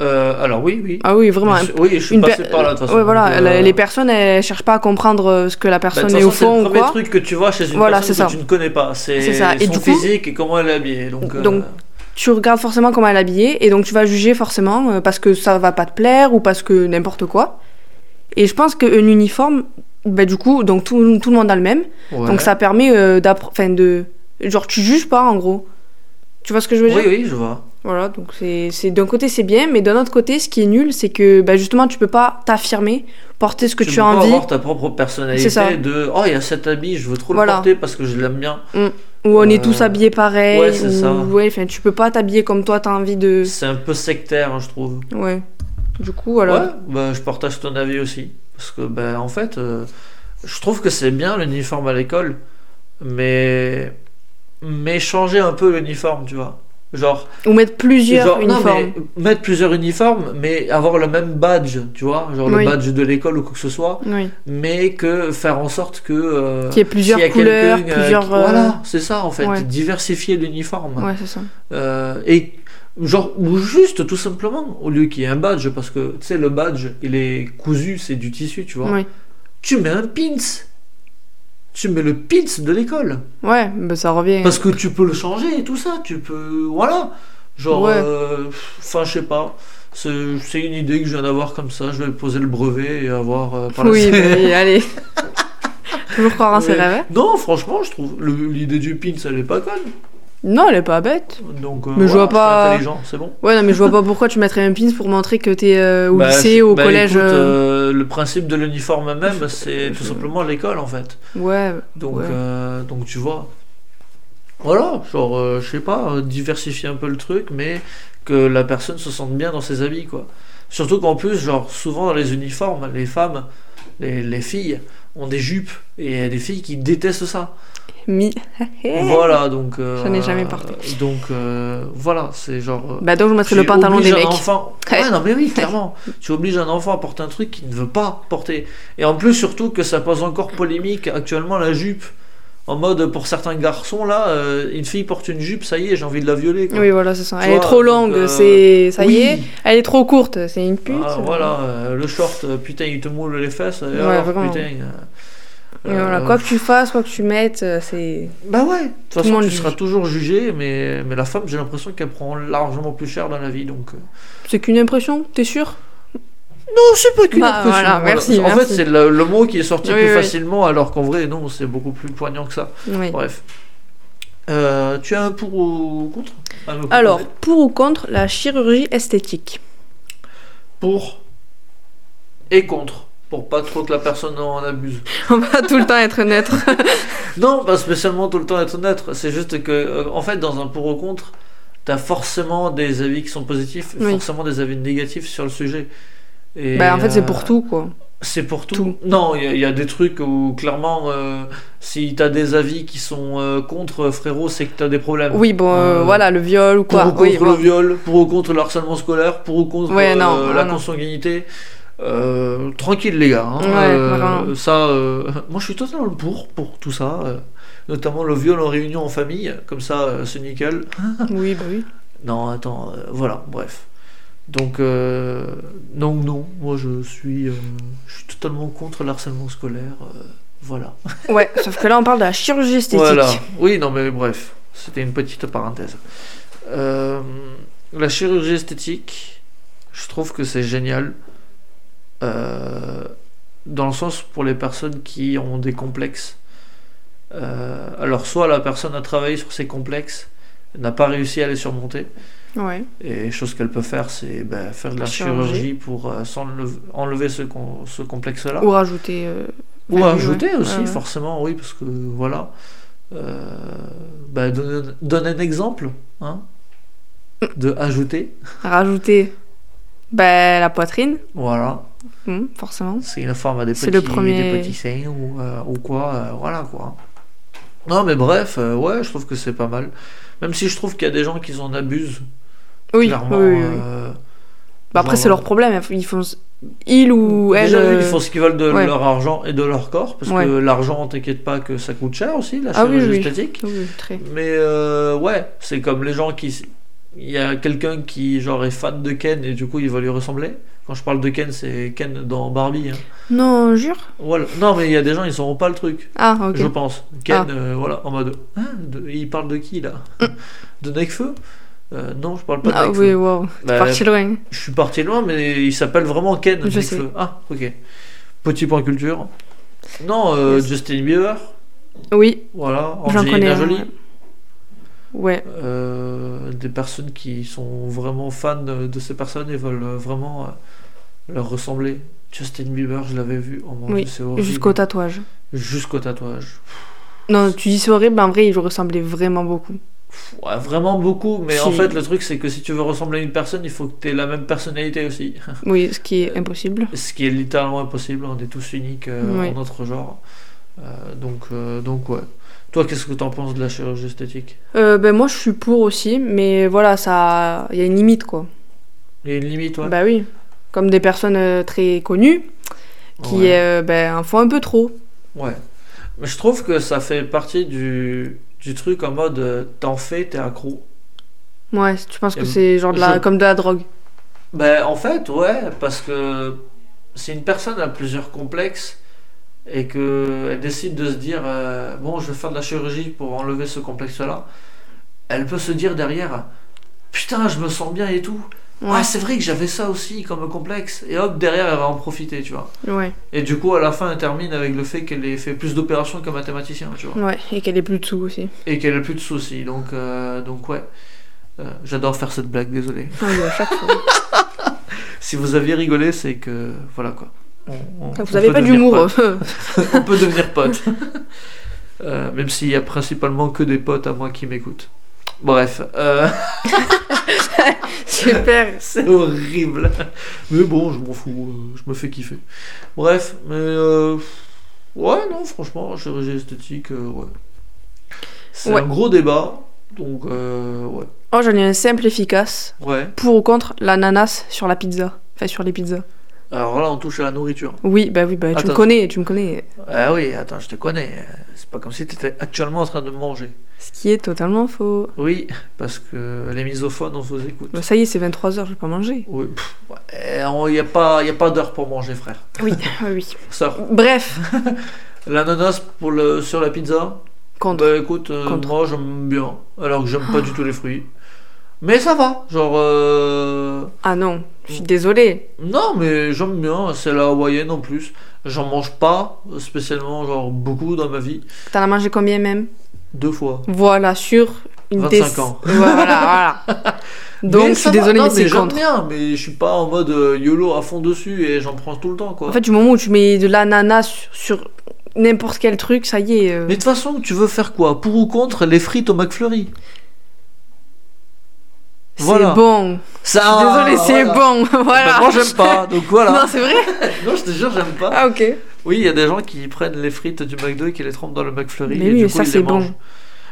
A: Euh, alors, oui, oui.
B: Ah oui, vraiment.
A: Je- oui, je suis
B: une
A: passé
B: per-
A: par là de toute façon.
B: ouais, voilà.
A: donc, euh,
B: la- Les personnes, elles cherchent pas à comprendre euh, ce que la
A: bah, de
B: personne
A: toute
B: est au
A: façon,
B: fond
A: C'est
B: ou
A: le premier
B: quoi.
A: truc que tu vois chez une
B: Voilà,
A: personne
B: c'est
A: que
B: ça.
A: tu ne connais pas. C'est
B: C'est ça. Et
A: son
B: du coup-
A: physique et comment elle est habillée. Donc, euh,
B: Donc, tu regardes forcément comment elle est habillée et donc tu vas juger forcément euh, parce que ça va pas te plaire ou parce que n'importe quoi. Et je pense qu'un uniforme, bah, du coup, donc tout, tout le monde a le même.
A: ouais.
B: euh, Donc ça permet d'apprendre. Enfin, de. Genre, tu juges pas en gros. Tu vois ce que je veux
A: Oui,
B: dire
A: oui, je vois.
B: Voilà, donc c'est c'est- d'un côté c'est bien, mais d'un autre côté, ce qui est nul, c'est que bah, justement tu peux pas t'affirmer, porter ce que tu,
A: peux
B: as
A: pas
B: envie.
A: avoir ta propre personnalité
B: C'est ça.
A: de oh il y a cet habit, je veux trop
B: Voilà.
A: le porter parce que je l'aime bien.
B: Ou on est tous
A: Euh,
B: habillés pareil.
A: ouais, c'est
B: ou-
A: ça.
B: Ouais, enfin, tu peux pas t'habiller comme toi, t'as envie de.
A: C'est un peu sectaire, hein, je trouve.
B: Ouais. Du coup, alors.
A: Ouais, bah, je partage ton avis aussi parce que bah, en fait euh, je trouve que c'est bien l'uniforme à l'école mais mais changer un peu l'uniforme, tu vois. Genre
B: Ou mettre plusieurs
A: Genre, non,
B: uniformes.
A: mais mettre plusieurs uniformes, mais avoir le même badge, tu vois, genre le
B: Oui.
A: badge de l'école ou quoi que ce soit,
B: Oui.
A: mais que faire en sorte que. euh,
B: Qu'il y ait plusieurs
A: s'il y a
B: couleurs,
A: quelqu'un, euh,
B: plusieurs.
A: qui-
B: euh,
A: Voilà, c'est ça en fait,
B: ouais.
A: diversifier l'uniforme.
B: Ouais, c'est ça.
A: Euh, et genre, ou juste tout simplement, au lieu qu'il y ait un badge, parce que tu sais, le badge, il est cousu, c'est du tissu, tu vois.
B: Oui.
A: Tu mets un pins. Tu mets le pins de l'école.
B: Ouais, bah, ça revient.
A: Parce que tu peux le changer et tout ça, tu peux. Voilà. Genre,
B: Ouais.
A: euh, enfin, je sais pas. C'est c'est une idée que je viens d'avoir comme ça. Je vais poser le brevet et avoir. euh, par la
B: Oui, bah,
A: suite.
B: oui, allez. Toujours croire en ses
A: Mais-
B: rêves. hein.
A: Non, franchement, je trouve le- l'idée du pins, elle est pas conne.
B: Non, elle est pas bête.
A: Donc, euh,
B: Mais je
A: voilà,
B: vois pas-
A: C'est intelligent, c'est bon.
B: Ouais, non, mais je vois pas pourquoi tu mettrais un pins pour montrer que t'es euh, au
A: Bah,
B: lycée,
A: je-
B: au
A: bah,
B: collège.
A: écoute,
B: euh,
A: euh, le principe de l'uniforme même, c'est tout simplement l'école en fait.
B: Ouais,
A: Donc,
B: Ouais.
A: euh, donc tu vois. Voilà, genre, euh, je sais pas, euh, diversifier un peu le truc, mais que la personne se sente bien dans ses habits, quoi. Surtout qu'en plus, genre, souvent dans les uniformes, les femmes, les, les filles, ont des jupes, et il y a des filles qui détestent ça.
B: mi.
A: Voilà, donc... euh,
B: J'en ai Eh. jamais porté.
A: Donc, euh, voilà, c'est genre... euh,
B: Bah, donc je mettrais le
A: tu
B: pantalon des
A: obliges
B: mecs.
A: Un enfant...
B: Ouais.
A: Ouais, non, mais oui, clairement. tu obliges un enfant à porter un truc qu'il ne veut pas porter. Et en plus, surtout que ça pose encore polémique actuellement la jupe. En mode, pour certains garçons, là, euh, une fille porte une jupe, ça y est, j'ai envie de la violer. Quoi.
B: Oui, voilà, c'est ça.
A: hein. Tu
B: Elle est
A: vois,
B: trop
A: donc,
B: longue,
A: euh,
B: c'est. Ça y
A: Oui.
B: est. Elle est trop courte, c'est une pute.
A: Ah, voilà, euh, le short, euh, putain, il te moule les fesses. et
B: Ouais,
A: alors,
B: vraiment.
A: putain. euh,
B: Et
A: euh,
B: voilà, quoi que tu fasses, quoi que tu mettes, euh, c'est.
A: Bah ouais, de toute
B: le
A: façon,
B: monde
A: tu
B: juge.
A: seras toujours jugé, mais, mais la femme, j'ai l'impression qu'elle prend largement plus cher dans la vie, donc. euh,
B: C'est qu'une impression, t'es sûr
A: Non, c'est pas qu'une
B: Bah,
A: impression.
B: voilà, merci,
A: En
B: merci.
A: fait, c'est le, le mot qui est sorti
B: Oui,
A: plus
B: oui.
A: facilement, alors qu'en vrai, non, c'est beaucoup plus poignant que ça.
B: Oui.
A: Bref. Euh, tu as un pour ou contre à me proposer
B: Alors, pour ou contre la chirurgie esthétique
A: Pour et contre. Pour pas trop que la personne en abuse.
B: On va tout le temps être honnête.
A: Non, pas spécialement tout le temps être honnête. C'est juste que, euh, en fait, dans un pour ou contre, t'as forcément des avis qui sont positifs, et
B: Oui.
A: forcément des avis négatifs sur le sujet. Et,
B: Bah, en fait, c'est
A: euh,
B: pour tout, quoi.
A: C'est pour tout.
B: Tout.
A: Non, il y, a- il y a des trucs où clairement, euh, si t'as des avis qui sont euh, contre, frérot, c'est que t'as des problèmes.
B: Oui, bon, euh,
A: euh,
B: voilà, le viol ou
A: Pour
B: quoi.
A: ou contre
B: oui,
A: le
B: bon.
A: viol, pour ou contre le harcèlement scolaire, pour ou contre
B: Ouais,
A: euh,
B: non,
A: la
B: non, non.
A: consanguinité. Euh, tranquille les gars. hein.
B: Ouais,
A: Euh,
B: vraiment.
A: ça, euh, moi je suis totalement pour pour tout ça, euh, notamment le viol en réunion en famille, comme ça euh, c'est nickel.
B: Oui, bah oui.
A: Non, attends, euh, voilà, bref. Donc, euh, non, non, moi je suis, euh, je suis totalement contre le harcèlement scolaire. euh, voilà.
B: Ouais, sauf que là, on parle de la chirurgie esthétique.
A: Voilà. Oui, non, mais bref, c'était une petite parenthèse. Euh, la chirurgie esthétique, je trouve que c'est génial. euh, dans le sens pour les personnes qui ont des complexes. Euh, alors, soit la personne a travaillé sur ses complexes, n'a pas réussi à les surmonter.
B: Ouais.
A: Et chose qu'elle peut faire, c'est ben, faire de la
B: Chirurgie.
A: chirurgie, pour euh, s'enleve- enlever ce, con- ce complexe-là.
B: Ou rajouter. euh,
A: Ou,
B: enfin, oui,
A: ajouter
B: ouais.
A: aussi,
B: Ouais, ouais.
A: forcément, oui, parce que voilà. Euh, ben, donne, donne un exemple hein, de ajouter.
B: Rajouter. Bah, la poitrine,
A: Voilà,
B: hum, forcément.
A: c'est une forme à des
B: C'est
A: petits,
B: le premier-
A: des petits seins ou, euh, ou quoi. euh, voilà quoi. Non, mais bref, euh, ouais, je trouve que c'est pas mal. Même si je trouve qu'il y a des gens qui en abusent,
B: Oui,
A: clairement.
B: oui, oui, oui.
A: euh,
B: Bah, après,
A: genre,
B: c'est leur problème. Ils font. Ils ou elles.
A: Déjà, eux,
B: euh,
A: ils font ce qu'ils veulent de
B: ouais.
A: leur argent et de leur corps, parce
B: Ouais.
A: que l'argent, t'inquiète pas que ça coûte cher aussi, la
B: Ah oui,
A: chirurgie
B: oui.
A: esthétique.
B: oui, très.
A: Mais euh, ouais, c'est comme les gens qui. s- Il y a quelqu'un qui genre est fan de Ken et du coup il va lui ressembler. Quand je parle de Ken, c'est Ken dans Barbie. hein.
B: Non, jure
A: Voilà. Non, mais il y a des gens, ils sauront pas le truc,
B: Ah, ok.
A: je pense. Ken,
B: Ah. Mm.
A: euh, voilà, en mode. Hein, de- il parle de qui là De Nekfeu Euh, Non, je parle pas
B: Ah
A: de
B: oui,
A: Nekfeu.
B: wow.
A: Bah,
B: Parti loin.
A: je suis parti loin, mais il s'appelle vraiment Ken.
B: Je
A: Nekfeu.
B: sais.
A: Ah, ok. Petit point culture. Non, euh,
B: Yes.
A: Justin Bieber,
B: Oui,
A: voilà.
B: j'en
A: Angelina
B: connais. un,
A: Jolie.
B: ouais. Ouais.
A: euh, des personnes qui sont vraiment fans de, de ces personnes et veulent euh, vraiment euh, leur ressembler. Justin Bieber, je l'avais vu, oh mon
B: Oui,
A: Dieu, c'est horrible.
B: Jusqu'au tatouage.
A: Jusqu'au tatouage.
B: Non, tu dis c'est horrible, mais en vrai, il lui ressemblait vraiment beaucoup.
A: Pff, ouais, vraiment beaucoup, mais en
B: Si.
A: fait, le truc, c'est que si tu veux ressembler à une personne, il faut que tu aies la même personnalité aussi.
B: Oui, ce qui
A: Euh.
B: est impossible.
A: Ce qui est littéralement impossible, hein, on est tous uniques euh,
B: Oui.
A: en notre genre. Euh, donc, euh, donc, ouais. Toi, qu'est-ce que t'en penses de la chirurgie esthétique
B: Euh, ben moi, je suis pour aussi, mais voilà, ça, il y a une limite, quoi.
A: Il y a une limite, ouais.
B: Bah oui. Comme des personnes euh, très connues qui
A: Ouais.
B: euh, ben, en font un peu trop.
A: Ouais. Mais je trouve que ça fait partie du, du truc en mode euh, t'en fais, t'es accro.
B: Ouais, tu penses que
A: Et
B: c'est genre de la,
A: je-
B: comme de la drogue.
A: Ben en fait, ouais, parce que si une personne a plusieurs complexes et que elle décide de se dire euh, bon, je vais faire de la chirurgie pour enlever ce complexe-là, elle peut se dire derrière putain, je me sens bien et tout.
B: Ouais.
A: Ah, c'est vrai que j'avais ça aussi comme complexe. Et hop, derrière, elle va en profiter, tu vois.
B: ouais.
A: Et du coup, à la fin, elle termine avec le fait qu'elle ait fait plus d'opérations que mathématicien, tu vois.
B: Ouais, et qu'elle est plus dessous aussi.
A: et qu'elle a plus de soucis. Donc, euh, donc ouais. Euh, J'adore faire cette blague, désolé.
B: Ah oui, à chaque fois.
A: Si vous aviez rigolé, c'est que voilà quoi. On- on- on
B: Vous avez
A: peut
B: pas
A: devenir
B: d'humour. hein.
A: pote. on peut devenir pote. Euh, même s'il y a principalement que des potes à moi qui m'écoutent. Bref, euh,
B: Super.
A: c'est horrible. Mais bon, je m'en fous, euh, je me fais kiffer. Bref, mais euh, ouais, non, franchement, chirurgie esthétique, euh, ouais. C'est
B: Ouais.
A: un gros débat, donc euh, ouais.
B: Oh, j'en ai un simple efficace.
A: Ouais.
B: Pour ou contre l'ananas sur la pizza. Enfin, sur les pizzas.
A: Alors là, on touche à la nourriture.
B: Oui, bah oui, bah tu
A: Attends.
B: me connais, tu me connais.
A: Ah oui, attends, je te connais. euh, C'est pas comme si tu étais actuellement en train de manger.
B: Ce qui est totalement faux.
A: Oui, parce que les misophones, on vous écoute.
B: Bah, ça y est, c'est 23h, j'ai pas mangé.
A: Oui, pff, ouais, on- y a pas, y a pas d'heure pour manger, frère.
B: Oui, oui, oui.
A: Sœur,
B: Bref,
A: l'ananas pour le, sur la pizza.
B: contre.
A: Bah écoute, euh,
B: Contre. Ah.
A: moi j'aime bien, alors que j'aime pas du tout les fruits. Mais ça va, genre. euh,
B: Ah non, je suis désolée.
A: Non, mais j'aime bien, c'est la hawaïenne en plus. J'en mange pas spécialement, genre beaucoup dans ma vie.
B: T'en as mangé combien même
A: Deux fois.
B: Voilà, sur une
A: 25 ans.
B: Voilà, voilà. Donc,
A: Mais
B: je suis
A: ça va,
B: désolée,
A: non,
B: mais c'est
A: j'aime
B: contre.
A: bien, mais je suis pas en mode euh, YOLO à fond dessus et j'en prends tout le temps, quoi.
B: En fait, du moment où tu mets de l'ananas sur, sur n'importe quel truc, ça y est. euh,
A: mais de toute façon, tu veux faire quoi Pour ou contre les frites au McFlurry
B: c'est
A: voilà.
B: bon.
A: Ça,
B: Désolée, c'est
A: voilà.
B: bon.
A: Bah,
B: voilà.
A: moi, j'aime pas, donc voilà.
B: Non, c'est vrai
A: non, je te jure, j'aime pas.
B: Ah, ok.
A: Oui, il y a des gens qui prennent les frites du McDo et qui les trempent dans le McFlurry.
B: Mais
A: et
B: oui,
A: du
B: mais
A: coup,
B: ça,
A: ils les
B: c'est bon.
A: mangent.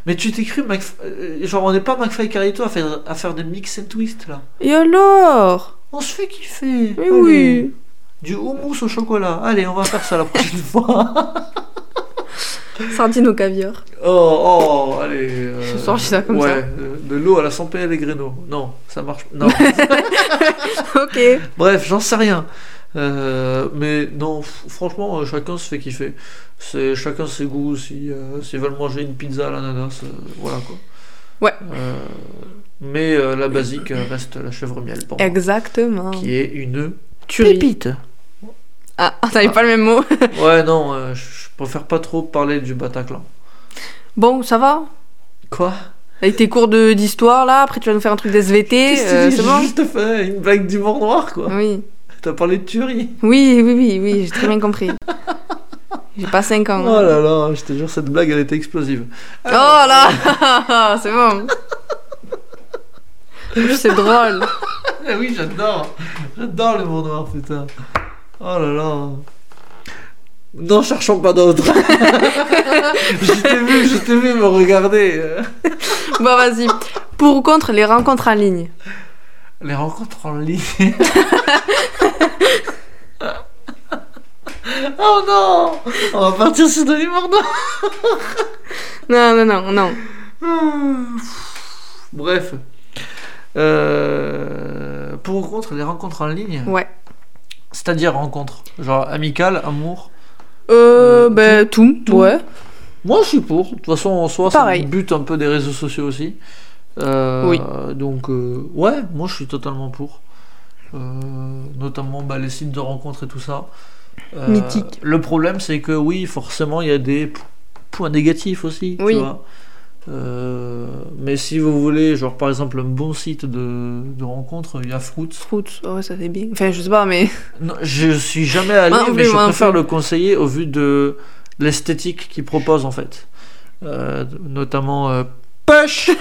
A: Mais tu t'es cru, Mcf- euh, genre, on n'est pas McFly et Carlito à faire, à faire des mix and twists, là.
B: Et alors
A: On se fait kiffer.
B: Mais
A: Allez.
B: oui.
A: Du houmous au chocolat. Allez, on va faire ça la prochaine fois.
B: Sardine au caviar.
A: Oh, oh, allez. euh,
B: Je sors, je suis là comme
A: ouais,
B: ça.
A: euh, de l'eau à la Sampé et les Gréno. Non, ça marche. Non.
B: ok.
A: Bref, j'en sais rien. Euh, mais non, f- franchement, euh, chacun se fait kiffer. C'est chacun ses goûts. Si euh, s'ils veulent manger une pizza à l'ananas, euh, voilà quoi.
B: Ouais.
A: Euh, mais euh, la basique euh, reste la chèvre miel pour moi,
B: Exactement.
A: qui est une
B: Tuerie.
A: pépite.
B: Ah, ah, t'avais pas le même mot.
A: Ouais, non, euh, je je préfère pas trop parler du Bataclan.
B: Bon, ça va
A: Quoi
B: Avec tes cours de- d'histoire là, après tu vas nous faire un truc d'SVT,
A: Qu'est-ce que tu
B: euh,
A: dis
B: c'est
A: J'ai
B: bon
A: juste fait une blague du mort noir quoi.
B: Oui,
A: T'as parlé de tuerie.
B: oui, oui, oui, oui, j'ai très bien compris. J'ai pas 5 ans.
A: Oh
B: hein.
A: là là, je te jure, cette blague, elle était explosive.
B: Oh là C'est bon. C'est drôle.
A: Ah oui, j'adore. J'adore le monde noir, putain. Oh là là. N'en cherchons pas d'autres. je t'ai vu, je t'ai vu me regarder.
B: Bon, vas-y. Pour ou contre les rencontres en ligne
A: Les rencontres en ligne. oh non On va partir sur de l'humour noire.
B: Non, non, non, non.
A: Bref. Euh, pour ou contre les rencontres en ligne
B: Ouais.
A: C'est-à-dire rencontre Genre amicale, amour
B: Euh, ben, tout.
A: tout.
B: Ouais.
A: Moi, je suis pour. De toute façon, en soi, c'est
B: Pareil.
A: le but un peu des réseaux sociaux aussi. Euh,
B: Oui.
A: Donc, euh, ouais, moi, je suis totalement pour. Euh, notamment bah, les sites de rencontres et tout ça. Euh,
B: Mythique.
A: Le problème, c'est que oui, forcément, il y a des p- points négatifs aussi. tu
B: Oui.
A: vois. Euh, mais si vous voulez, genre par exemple, un bon site de, de rencontre, il y a Fruits.
B: Fruits, ouais, Oh, ça fait bien. Enfin, je sais pas, mais.
A: Non, je suis jamais allé,
B: Moi non plus,
A: mais je
B: moi non
A: préfère
B: plus.
A: le conseiller au vu de l'esthétique qu'il propose en fait. Euh, notamment euh, Push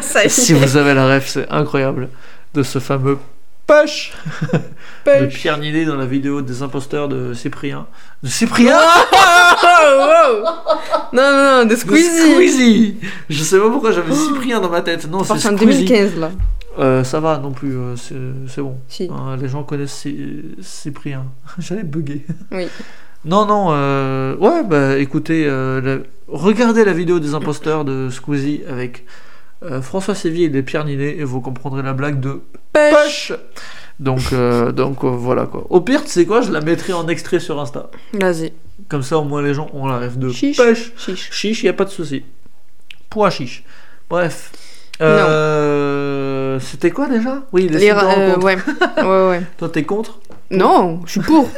B: ça y est,
A: Si vous avez la ref, c'est incroyable. De ce fameux Push de
B: pêche.
A: Pierre Nidet dans la vidéo des imposteurs de Cyprien. De Cyprien
B: Ah, Oh, wow. Non, non, non, de
A: De
B: Squeezie.
A: Squeezie Je sais pas pourquoi j'avais Cyprien dans ma tête. Non, c'est
B: Sorti en
A: Squeezie.
B: 2015, là.
A: Euh, ça va non plus, euh, c'est c'est bon.
B: Si.
A: Hein, les gens connaissent Cy- Cyprien. J'allais bugger.
B: Oui.
A: Non, non, euh, ouais, bah écoutez, euh, la- regardez la vidéo des imposteurs de Squeezie avec euh, François Séville et Pierre Ninet et vous comprendrez la blague de Poche Donc, euh, donc euh, voilà quoi. Au pire, tu sais quoi, je la mettrai en extrait sur Insta.
B: Vas-y.
A: Comme ça, au moins les gens ont la rêve de
B: Chiche.
A: Poche
B: Chiche.
A: Chiche, y a pas de souci. Point chiche. Bref. Euh, C'était quoi déjà Oui, les,
B: Les
A: sites de
B: ra- euh,
A: rencontres.
B: ouais. Ouais, ouais.
A: Toi, t'es contre
B: Non, je suis pour.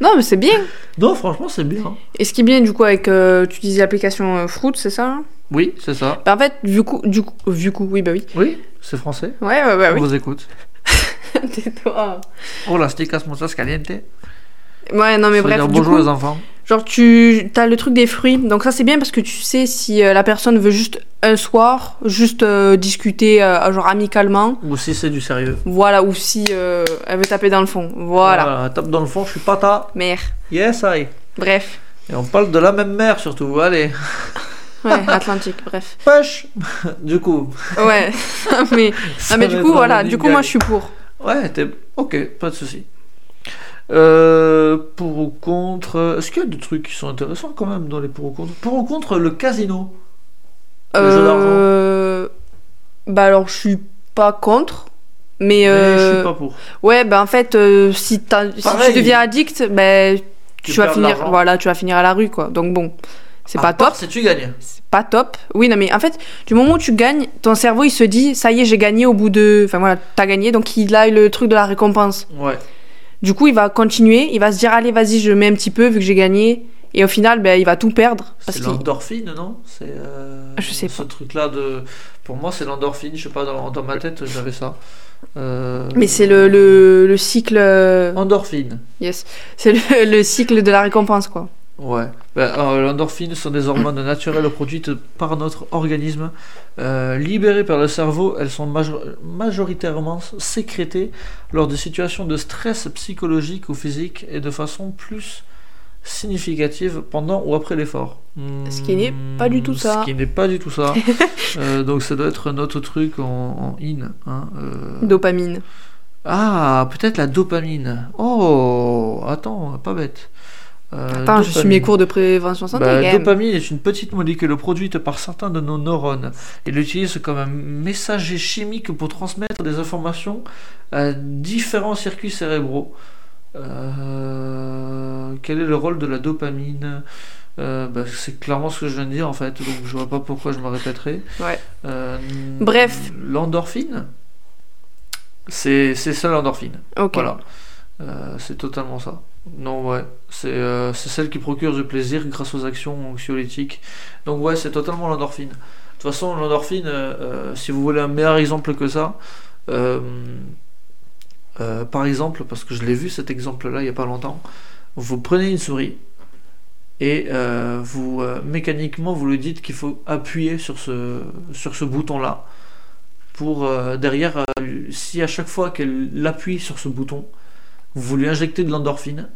B: non, mais c'est bien.
A: Non, franchement, c'est bien. hein.
B: Et ce qui est bien, du coup, avec. euh, tu disais l'application euh, Fruit, c'est ça hein
A: Oui, c'est ça.
B: Bah, En fait, du coup, du coup, euh, du coup, oui, bah oui.
A: Oui, c'est français.
B: Ouais, ouais, ouais,
A: On
B: oui.
A: vous écoute.
B: Tais-toi.
A: Hola, chicas, muchas calientes.
B: Ouais, non, mais
A: Ça veut
B: bref.
A: dire
B: Du
A: bonjour
B: coup,
A: les enfants.
B: Genre, tu as le truc des fruits. Donc, ça, c'est bien parce que tu sais si euh, la personne veut juste un soir, juste euh, discuter, euh, genre amicalement.
A: Ou si c'est du sérieux.
B: Voilà, ou si euh, elle veut taper dans le fond. Voilà.
A: tape dans le fond, je suis pas ta.
B: Merde.
A: Yes, I.
B: Bref.
A: Et on parle de la même mère surtout. Allez,
B: Ouais, Atlantique, bref.
A: pêche. du coup.
B: Ouais. mais,
A: ça
B: ah,
A: va
B: mais du
A: être
B: coup,
A: un
B: voilà.
A: running
B: Du coup, moi,
A: gag.
B: je suis pour.
A: Ouais, t'es. Ok, pas de souci. Euh, pour ou contre. Est-ce qu'il y a des trucs qui sont intéressants quand même dans les pour ou contre Pour ou contre le casino Le jeu
B: Euh... Bah, alors, je suis pas contre. Mais,
A: Mais
B: euh,
A: je suis pas pour.
B: ouais, bah en fait, euh, si, t'as- si
A: Pareil.
B: tu deviens addict, ben tu,
A: Tu
B: vas
A: perds de
B: finir,
A: l'argent. Ah,
B: voilà, tu vas finir à la rue, quoi. Donc bon, c'est
A: À
B: pas
A: part
B: top,
A: Si tu gagnes.
B: c'est pas top. Oui, non, mais en fait, du moment où tu gagnes, ton cerveau il se dit, ça y est, j'ai gagné au bout de, enfin voilà, t'as gagné, donc il a le truc de la récompense.
A: Ouais.
B: Du coup, il va continuer, il va se dire, allez, vas-y, je mets un petit peu vu que j'ai gagné, et au final, ben il va tout perdre parce
A: C'est
B: qu'il Ah,
A: l'endorphine, non C'est. euh,
B: Je sais
A: Ce truc-là de. Pour moi, c'est l'endorphine. Je sais pas, dans, dans ma tête, j'avais ça. Euh,
B: mais c'est le, le, le cycle. euh,
A: Endorphine.
B: Yes. C'est le, le cycle de la récompense, quoi.
A: Ouais. Ben, euh, L'endorphine sont des hormones naturelles produites par notre organisme. Euh, libérées par le cerveau, elles sont major- majoritairement sécrétées lors de situations de stress psychologique ou physique et de façon plus significative pendant ou après l'effort. Hmm,
B: Ce qui n'est pas du tout ça.
A: Ce qui n'est pas du tout ça. Euh, donc ça doit être notre truc en, en in. hein, euh.
B: Dopamine.
A: Ah, peut-être la dopamine. Oh, attends, pas bête. Euh,
B: Attends, je suis
A: dopamine.
B: mes cours de prévention santé,
A: Bah,
B: quand même.
A: dopamine est une petite molécule produite par certains de nos neurones. Il l'utilise comme un messager chimique pour transmettre des informations à différents circuits cérébraux. Euh, quel est le rôle de la dopamine Euh, bah, C'est clairement ce que je viens de dire en fait, donc je vois pas pourquoi je me répéterai.
B: Ouais.
A: Euh,
B: Bref.
A: L'endorphine C'est c'est ça l'endorphine.
B: Ok.
A: Voilà. Euh, c'est totalement ça. Non, ouais. C'est euh, c'est celle qui procure du plaisir grâce aux actions anxiolytiques. Donc, ouais, c'est totalement l'endorphine. De toute façon, l'endorphine, euh, euh, si vous voulez un meilleur exemple que ça, euh, euh, par exemple, parce que je l'ai vu cet exemple-là il n'y a pas longtemps, vous prenez une souris et euh, vous euh, mécaniquement vous lui dites qu'il faut appuyer sur ce, sur ce bouton-là pour euh, derrière, euh, si à chaque fois qu'elle appuie sur ce bouton, vous lui injectez de l'endorphine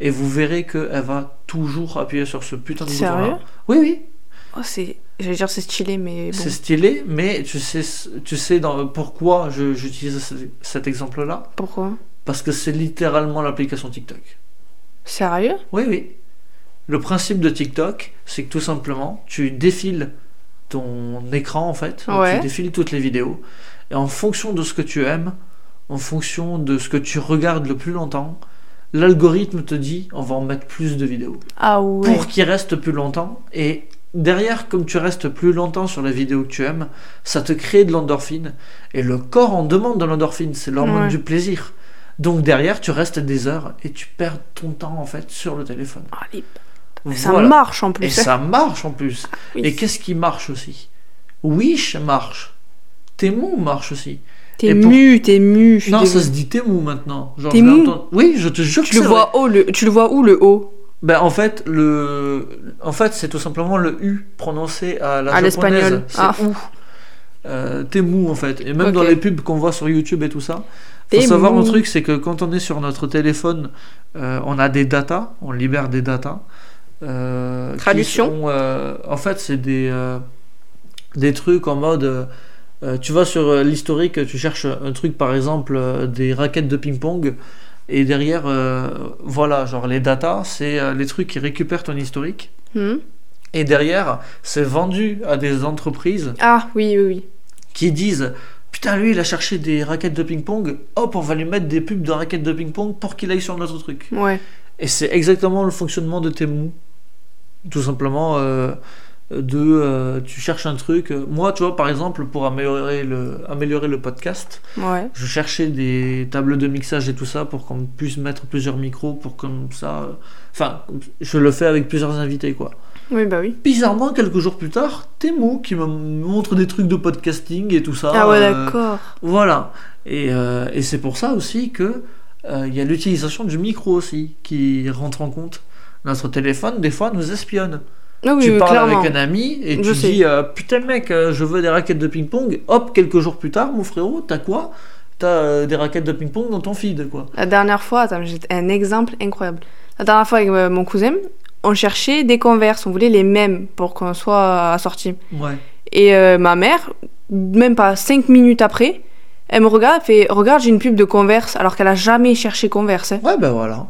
A: et vous verrez qu'elle va toujours appuyer sur ce putain de
B: Sérieux
A: bouton-là. Oui, oui.
B: Oh, c'est. J'allais dire c'est stylé, mais bon.
A: C'est stylé, mais tu sais, tu sais dans, pourquoi je- j'utilise ce- cet exemple-là
B: Pourquoi
A: Parce que c'est littéralement l'application TikTok.
B: Sérieux
A: Oui, oui. Le principe de TikTok, c'est que tout simplement, tu défiles ton écran, en fait,
B: Ouais.
A: tu défiles toutes les vidéos, et en fonction de ce que tu aimes, en fonction de ce que tu regardes le plus longtemps, l'algorithme te dit on va en mettre plus de vidéos
B: Ah ouais.
A: pour qu'il reste plus longtemps. Et derrière, comme tu restes plus longtemps sur la vidéo que tu aimes, ça te crée de l'endorphine. Et le corps en demande de l'endorphine, c'est l'hormone
B: Ouais.
A: du plaisir. Donc derrière, tu restes des heures et tu perds ton temps en fait sur le téléphone.
B: Ah, les- Ça
A: Voilà.
B: marche Ah, en plus.
A: Et ça marche en plus.
B: Oui.
A: Et qu'est-ce qui marche aussi Wish marche. Témou marche aussi.
B: T'es
A: et pour-
B: mu, t'es mu. je suis
A: Non, ça
B: désolée.
A: se dit Témou maintenant. Genre, je
B: Témou
A: l'ai entendu- Oui, je te jure que
B: Tu le
A: c'est vrai.
B: vois haut, le... tu le vois où le haut
A: Ben, en fait, le... en fait c'est tout simplement le U prononcé à la
B: À
A: japonaise.
B: l'espagnol.
A: C'est
B: Ah.
A: OU. Euh, Témou, en fait. Et même
B: Ok.
A: dans les pubs qu'on voit sur YouTube et tout ça. Faut
B: Témou.
A: savoir un truc, c'est que quand on est sur notre téléphone, euh, on a des datas, on libère des datas. euh, qui
B: Traduction.
A: sont, euh, en fait, c'est des, euh, des trucs en mode. euh, euh, tu vas sur euh, l'historique, tu cherches un truc, par exemple, euh, des raquettes de ping-pong, et derrière, euh, voilà, genre les datas, c'est euh, les trucs qui récupèrent ton historique.
B: Hmm.
A: Et derrière, c'est vendu à des entreprises
B: Ah oui, oui, oui.
A: qui disent Putain, lui, il a cherché des raquettes de ping-pong, hop, on va lui mettre des pubs de raquettes de ping-pong pour qu'il aille sur notre truc.
B: Ouais.
A: Et c'est exactement le fonctionnement de Temu. Tout simplement, euh, de euh, tu cherches un truc. Moi, tu vois, par exemple, pour améliorer le, améliorer le podcast,
B: Ouais.
A: je cherchais des tables de mixage et tout ça pour qu'on puisse mettre plusieurs micros, pour comme ça. euh, Enfin, je le fais avec plusieurs invités, quoi.
B: Oui, bah oui.
A: Bizarrement, quelques jours plus tard, Temu qui me montre des trucs de podcasting et tout ça.
B: Ah, ouais,
A: euh,
B: d'accord.
A: voilà. Et, euh, et c'est pour ça aussi que euh, il y a l'utilisation du micro aussi qui rentre en compte. Notre téléphone, des fois, nous espionne.
B: Ah oui,
A: tu
B: oui,
A: parles
B: clairement.
A: avec un ami et
B: Je
A: tu
B: sais.
A: dis euh, Putain, mec, euh, je veux des raquettes de ping-pong. Hop, quelques jours plus tard, mon frérot, t'as quoi T'as euh, des raquettes de ping-pong dans ton feed, quoi.
B: La dernière fois, attends, j'ai un exemple incroyable. La dernière fois avec euh, mon cousin, on cherchait des converses, on voulait les mêmes pour qu'on soit assortis.
A: Ouais.
B: Et euh, ma mère, même pas cinq minutes après, elle me regarde, elle fait Regarde, j'ai une pub de converse, alors qu'elle a jamais cherché converse. hein.
A: Ouais, ben voilà.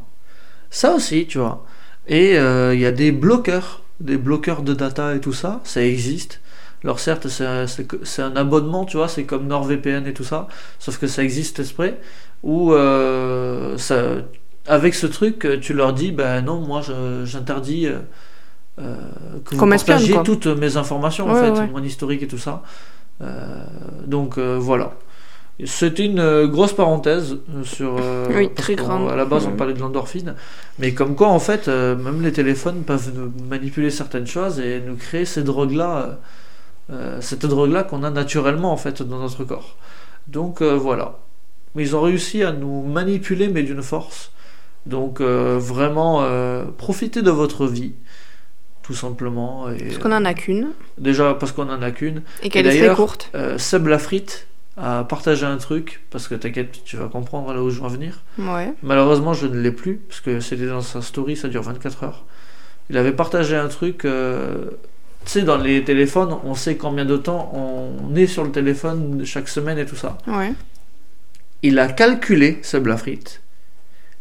A: Ça aussi, tu vois. Et euh, il y a des bloqueurs, des bloqueurs de data et tout ça, ça existe. Alors certes, c'est un, c'est que- c'est un abonnement, tu vois, c'est comme NordVPN et tout ça, sauf que ça existe exprès, où euh, ça, avec ce truc, tu leur dis, ben non, moi je- j'interdis euh, euh, que vous
B: Qu'on m'espionne,
A: partagiez
B: quoi.
A: toutes mes informations, en
B: Ouais,
A: fait,
B: ouais.
A: mon historique et tout ça. Euh, donc euh, voilà. C'était une euh, grosse parenthèse euh, sur. euh,
B: Oui,
A: parce
B: très
A: qu'on-
B: grande.
A: À la base, on
B: Mhm.
A: parlait de l'endorphine, mais comme quoi, en fait, euh, même les téléphones peuvent nous manipuler certaines choses et nous créer ces drogues-là, euh, euh, cette drogue-là qu'on a naturellement en fait dans notre corps. Donc euh, voilà. Mais Ils ont réussi à nous manipuler, mais d'une force. Donc euh, vraiment, euh, profitez de votre vie, tout simplement. Et,
B: Parce qu'on en a qu'une,
A: Déjà parce qu'on en a qu'une.
B: et qu'elle
A: et
B: est très
A: d'ailleurs,
B: courte.
A: Euh, Seb Lafrite a partagé un truc, parce que t'inquiète, tu vas comprendre là où je veux en venir.
B: Ouais.
A: Malheureusement, je ne l'ai plus, parce que c'était dans sa story, ça dure 24 heures. Il avait partagé un truc, euh, tu sais, dans les téléphones, on sait combien de temps on est sur le téléphone chaque semaine et tout ça.
B: Ouais.
A: Il a calculé, Seb Lafrite,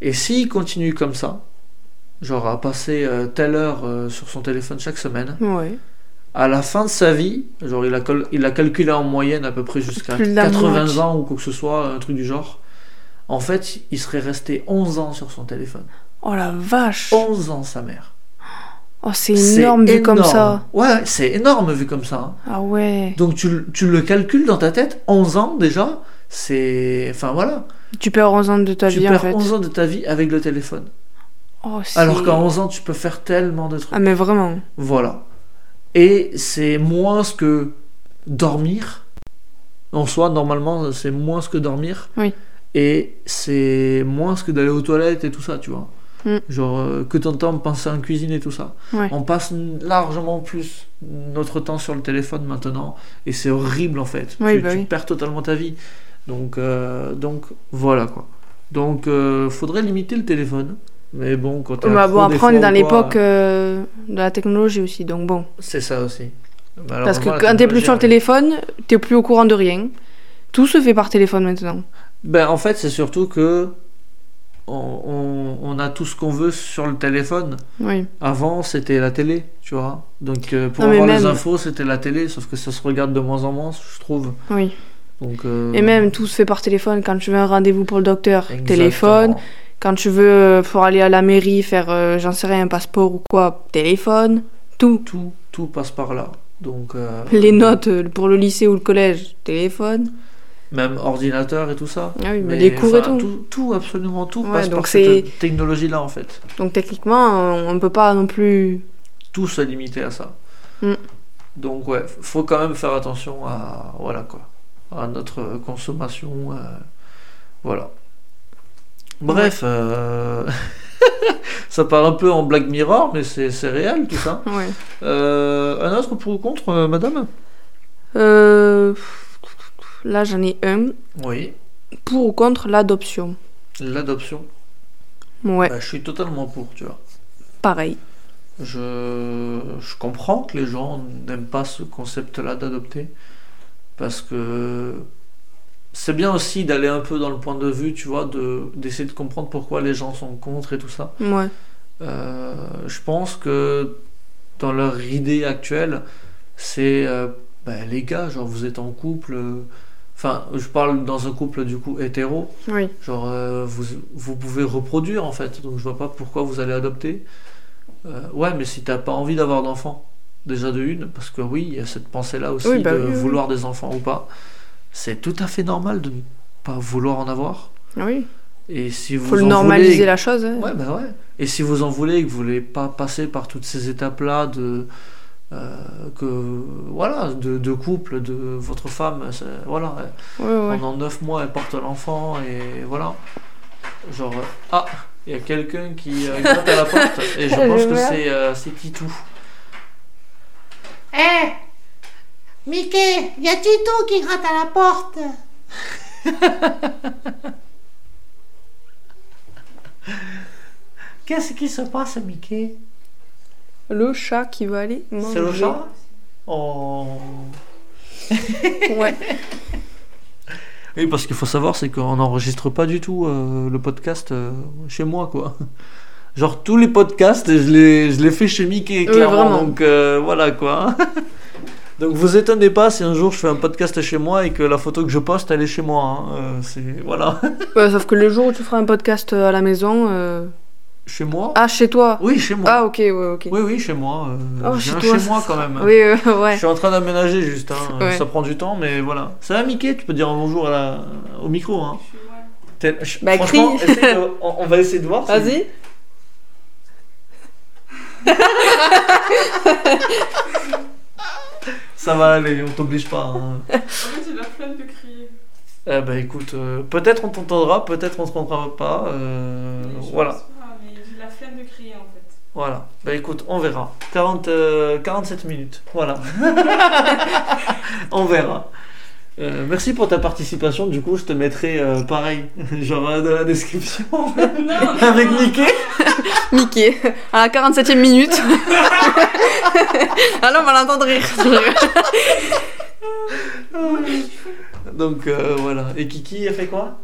A: et s'il continue comme ça, genre à passer euh, telle heure euh, sur son téléphone chaque semaine,
B: Ouais.
A: à la fin de sa vie, genre il a, col- il a calculé en moyenne à peu près jusqu'à
B: Plus de la
A: 80
B: moitié.
A: ans ou quoi que ce soit, un truc du genre. En fait, il serait resté 11 ans sur son téléphone.
B: Oh la vache.
A: 11 ans, sa mère.
B: Oh, c'est
A: C'est
B: énorme vu comme ça.
A: Ouais, c'est énorme vu comme ça. hein.
B: Ah ouais.
A: Donc tu, le- tu le calcules dans ta tête, 11 ans déjà, c'est. Enfin voilà.
B: Tu perds 11 ans de ta
A: tu
B: vie
A: perds
B: en fait.
A: 11 ans de ta vie avec le téléphone.
B: Oh, c'est-
A: Alors qu'à 11 ans, tu peux faire tellement de trucs.
B: Ah mais vraiment.
A: Voilà. Et c'est moins ce que dormir. En soi, normalement, c'est moins ce que dormir.
B: Oui.
A: Et c'est moins ce que d'aller aux toilettes et tout ça, tu vois.
B: Mm.
A: Genre, euh, que t'entends penser en cuisine et tout ça.
B: Ouais.
A: On passe largement plus notre temps sur le téléphone maintenant. Et c'est horrible, en fait.
B: Oui,
A: tu
B: bah
A: tu
B: oui.
A: perds totalement ta vie. Donc, euh, donc voilà, quoi. Donc, euh, faudrait limiter le téléphone. Mais bon, quand t'es
B: Bah
A: accro,
B: bon,
A: des
B: après on
A: fois,
B: est dans
A: ou quoi,
B: l'époque euh, de la technologie aussi, donc bon.
A: c'est ça aussi.
B: Parce que quand t'es plus sur le téléphone, t'es plus au courant de rien. Tout se fait par téléphone maintenant.
A: Ben, en fait, c'est surtout que on, on- on a tout ce qu'on veut sur le téléphone.
B: Oui.
A: Avant, c'était la télé, tu vois. Donc, euh, pour
B: Non, mais
A: avoir les
B: même-
A: infos, c'était la télé, sauf que ça se regarde de moins en moins, je trouve.
B: Oui.
A: Donc, euh,
B: Et même tout se fait par téléphone. Quand tu veux un rendez-vous pour le docteur,
A: exactement.
B: téléphone. Quand tu veux euh, pour aller à la mairie faire, euh, j'en sais rien, un passeport ou quoi, téléphone. Tout.
A: Tout, tout passe par là. Donc, euh,
B: Les notes euh, pour le lycée ou le collège, téléphone.
A: Même ordinateur et tout ça.
B: Ah oui, mais les cours et
A: enfin,
B: tout.
A: Tout, absolument tout
B: Ouais,
A: passe
B: donc
A: par
B: c'est-
A: cette technologie-là, en fait.
B: Donc techniquement, on ne peut pas non plus.
A: Tout se limitait à ça.
B: Mm.
A: Donc, ouais, faut quand même faire attention à, voilà, quoi, à notre consommation. euh, voilà. Bref, euh, ça part un peu en Black Mirror, mais c'est c'est réel, tout ça.
B: Ouais.
A: Euh, un autre pour ou contre, euh, madame
B: Euh, Là, j'en ai un.
A: Oui,
B: Pour ou contre l'adoption
A: l'adoption.
B: Ouais,
A: Bah, je suis totalement pour, tu vois.
B: pareil.
A: Je, je comprends que les gens n'aiment pas ce concept-là d'adopter, parce que c'est bien aussi d'aller un peu dans le point de vue, tu vois, de, d'essayer de comprendre pourquoi les gens sont contre et tout ça.
B: Ouais.
A: Euh, je pense que dans leur idée actuelle, c'est euh, ben, les gars, genre vous êtes en couple, euh, enfin je parle dans un couple du coup hétéro,
B: Oui.
A: Genre, euh, vous, vous pouvez reproduire en fait, donc je vois pas pourquoi vous allez adopter. Euh, ouais, mais si t'as pas envie d'avoir d'enfants, déjà de une, parce que oui, il y a cette pensée-là aussi
B: Oui, bah
A: de
B: oui, oui, oui.
A: vouloir des enfants ou pas, c'est tout à fait normal de ne pas vouloir en avoir.
B: Ah Oui.
A: Et si vous
B: Faut le
A: en
B: normaliser
A: voulez,
B: la chose. hein.
A: Ouais, bah ouais. Et si vous en voulez et que vous voulez pas passer par toutes ces étapes-là de. euh, que voilà de, de couple de votre femme ça- voilà
B: Ouais, ouais.
A: pendant 9 mois, elle porte l'enfant et voilà. Genre, euh, ah, il y a quelqu'un qui euh, gratte à la porte et je
B: Je
A: pense que
B: vois.
A: c'est euh, c'est Titou.
C: Eh Mickey, y a Tito qui gratte à la porte
A: Qu'est-ce qui se passe, Mickey
B: Le chat qui va aller manger.
A: C'est le chat Oh.
B: Ouais.
A: Oui, parce qu'il faut savoir, c'est qu'on n'enregistre pas du tout euh, le podcast euh, chez moi, quoi. Genre, tous les podcasts, je les, je les fais chez Mickey, clairement.
B: vraiment.
A: donc, euh, voilà, quoi. donc, vous étonnez pas si un jour je fais un podcast chez moi et que la photo que je poste, elle est chez moi. hein. Euh, c'est... Voilà.
B: Ouais, Bah, sauf que le jour où tu feras un podcast euh, à la maison. euh,
A: chez moi
B: Ah, chez toi
A: Oui, chez moi.
B: Ah, ok, ouais, ok.
A: Oui, oui, chez moi. euh,
B: Oh,
A: j'ai
B: chez
A: un
B: toi,
A: chez moi,
B: ça
A: quand même.
B: Oui, euh, ouais.
A: Je suis en train d'aménager juste, hein.
B: Ouais.
A: ça prend du temps, mais voilà. Ça va, Mickey Tu peux dire un bonjour à la- au micro. Hein. T'es- je-
B: Bah,
A: franchement,
B: crie.
A: essaye de- on, on va essayer de voir. si-
B: Vas-y.
A: Ça va aller, on t'oblige pas. hein.
D: En fait, j'ai la flemme de crier.
A: Eh ben, écoute, euh, peut-être on t'entendra, peut-être on te comprendra pas. euh,
D: Mais je
A: voilà,
D: pense pas, mais j'ai la flemme de crier en fait.
A: voilà. Bah écoute, on verra. 40, euh, 47 minutes, voilà. on verra. Euh, merci pour ta participation, du coup je te mettrai euh, pareil, genre euh, dans la description
D: Non, non,
A: avec
D: non.
A: Mickey.
B: Mickey, à la 47 e minute. Alors, on va l'entendre rire.
A: Donc euh, voilà. Et Kiki, elle fait quoi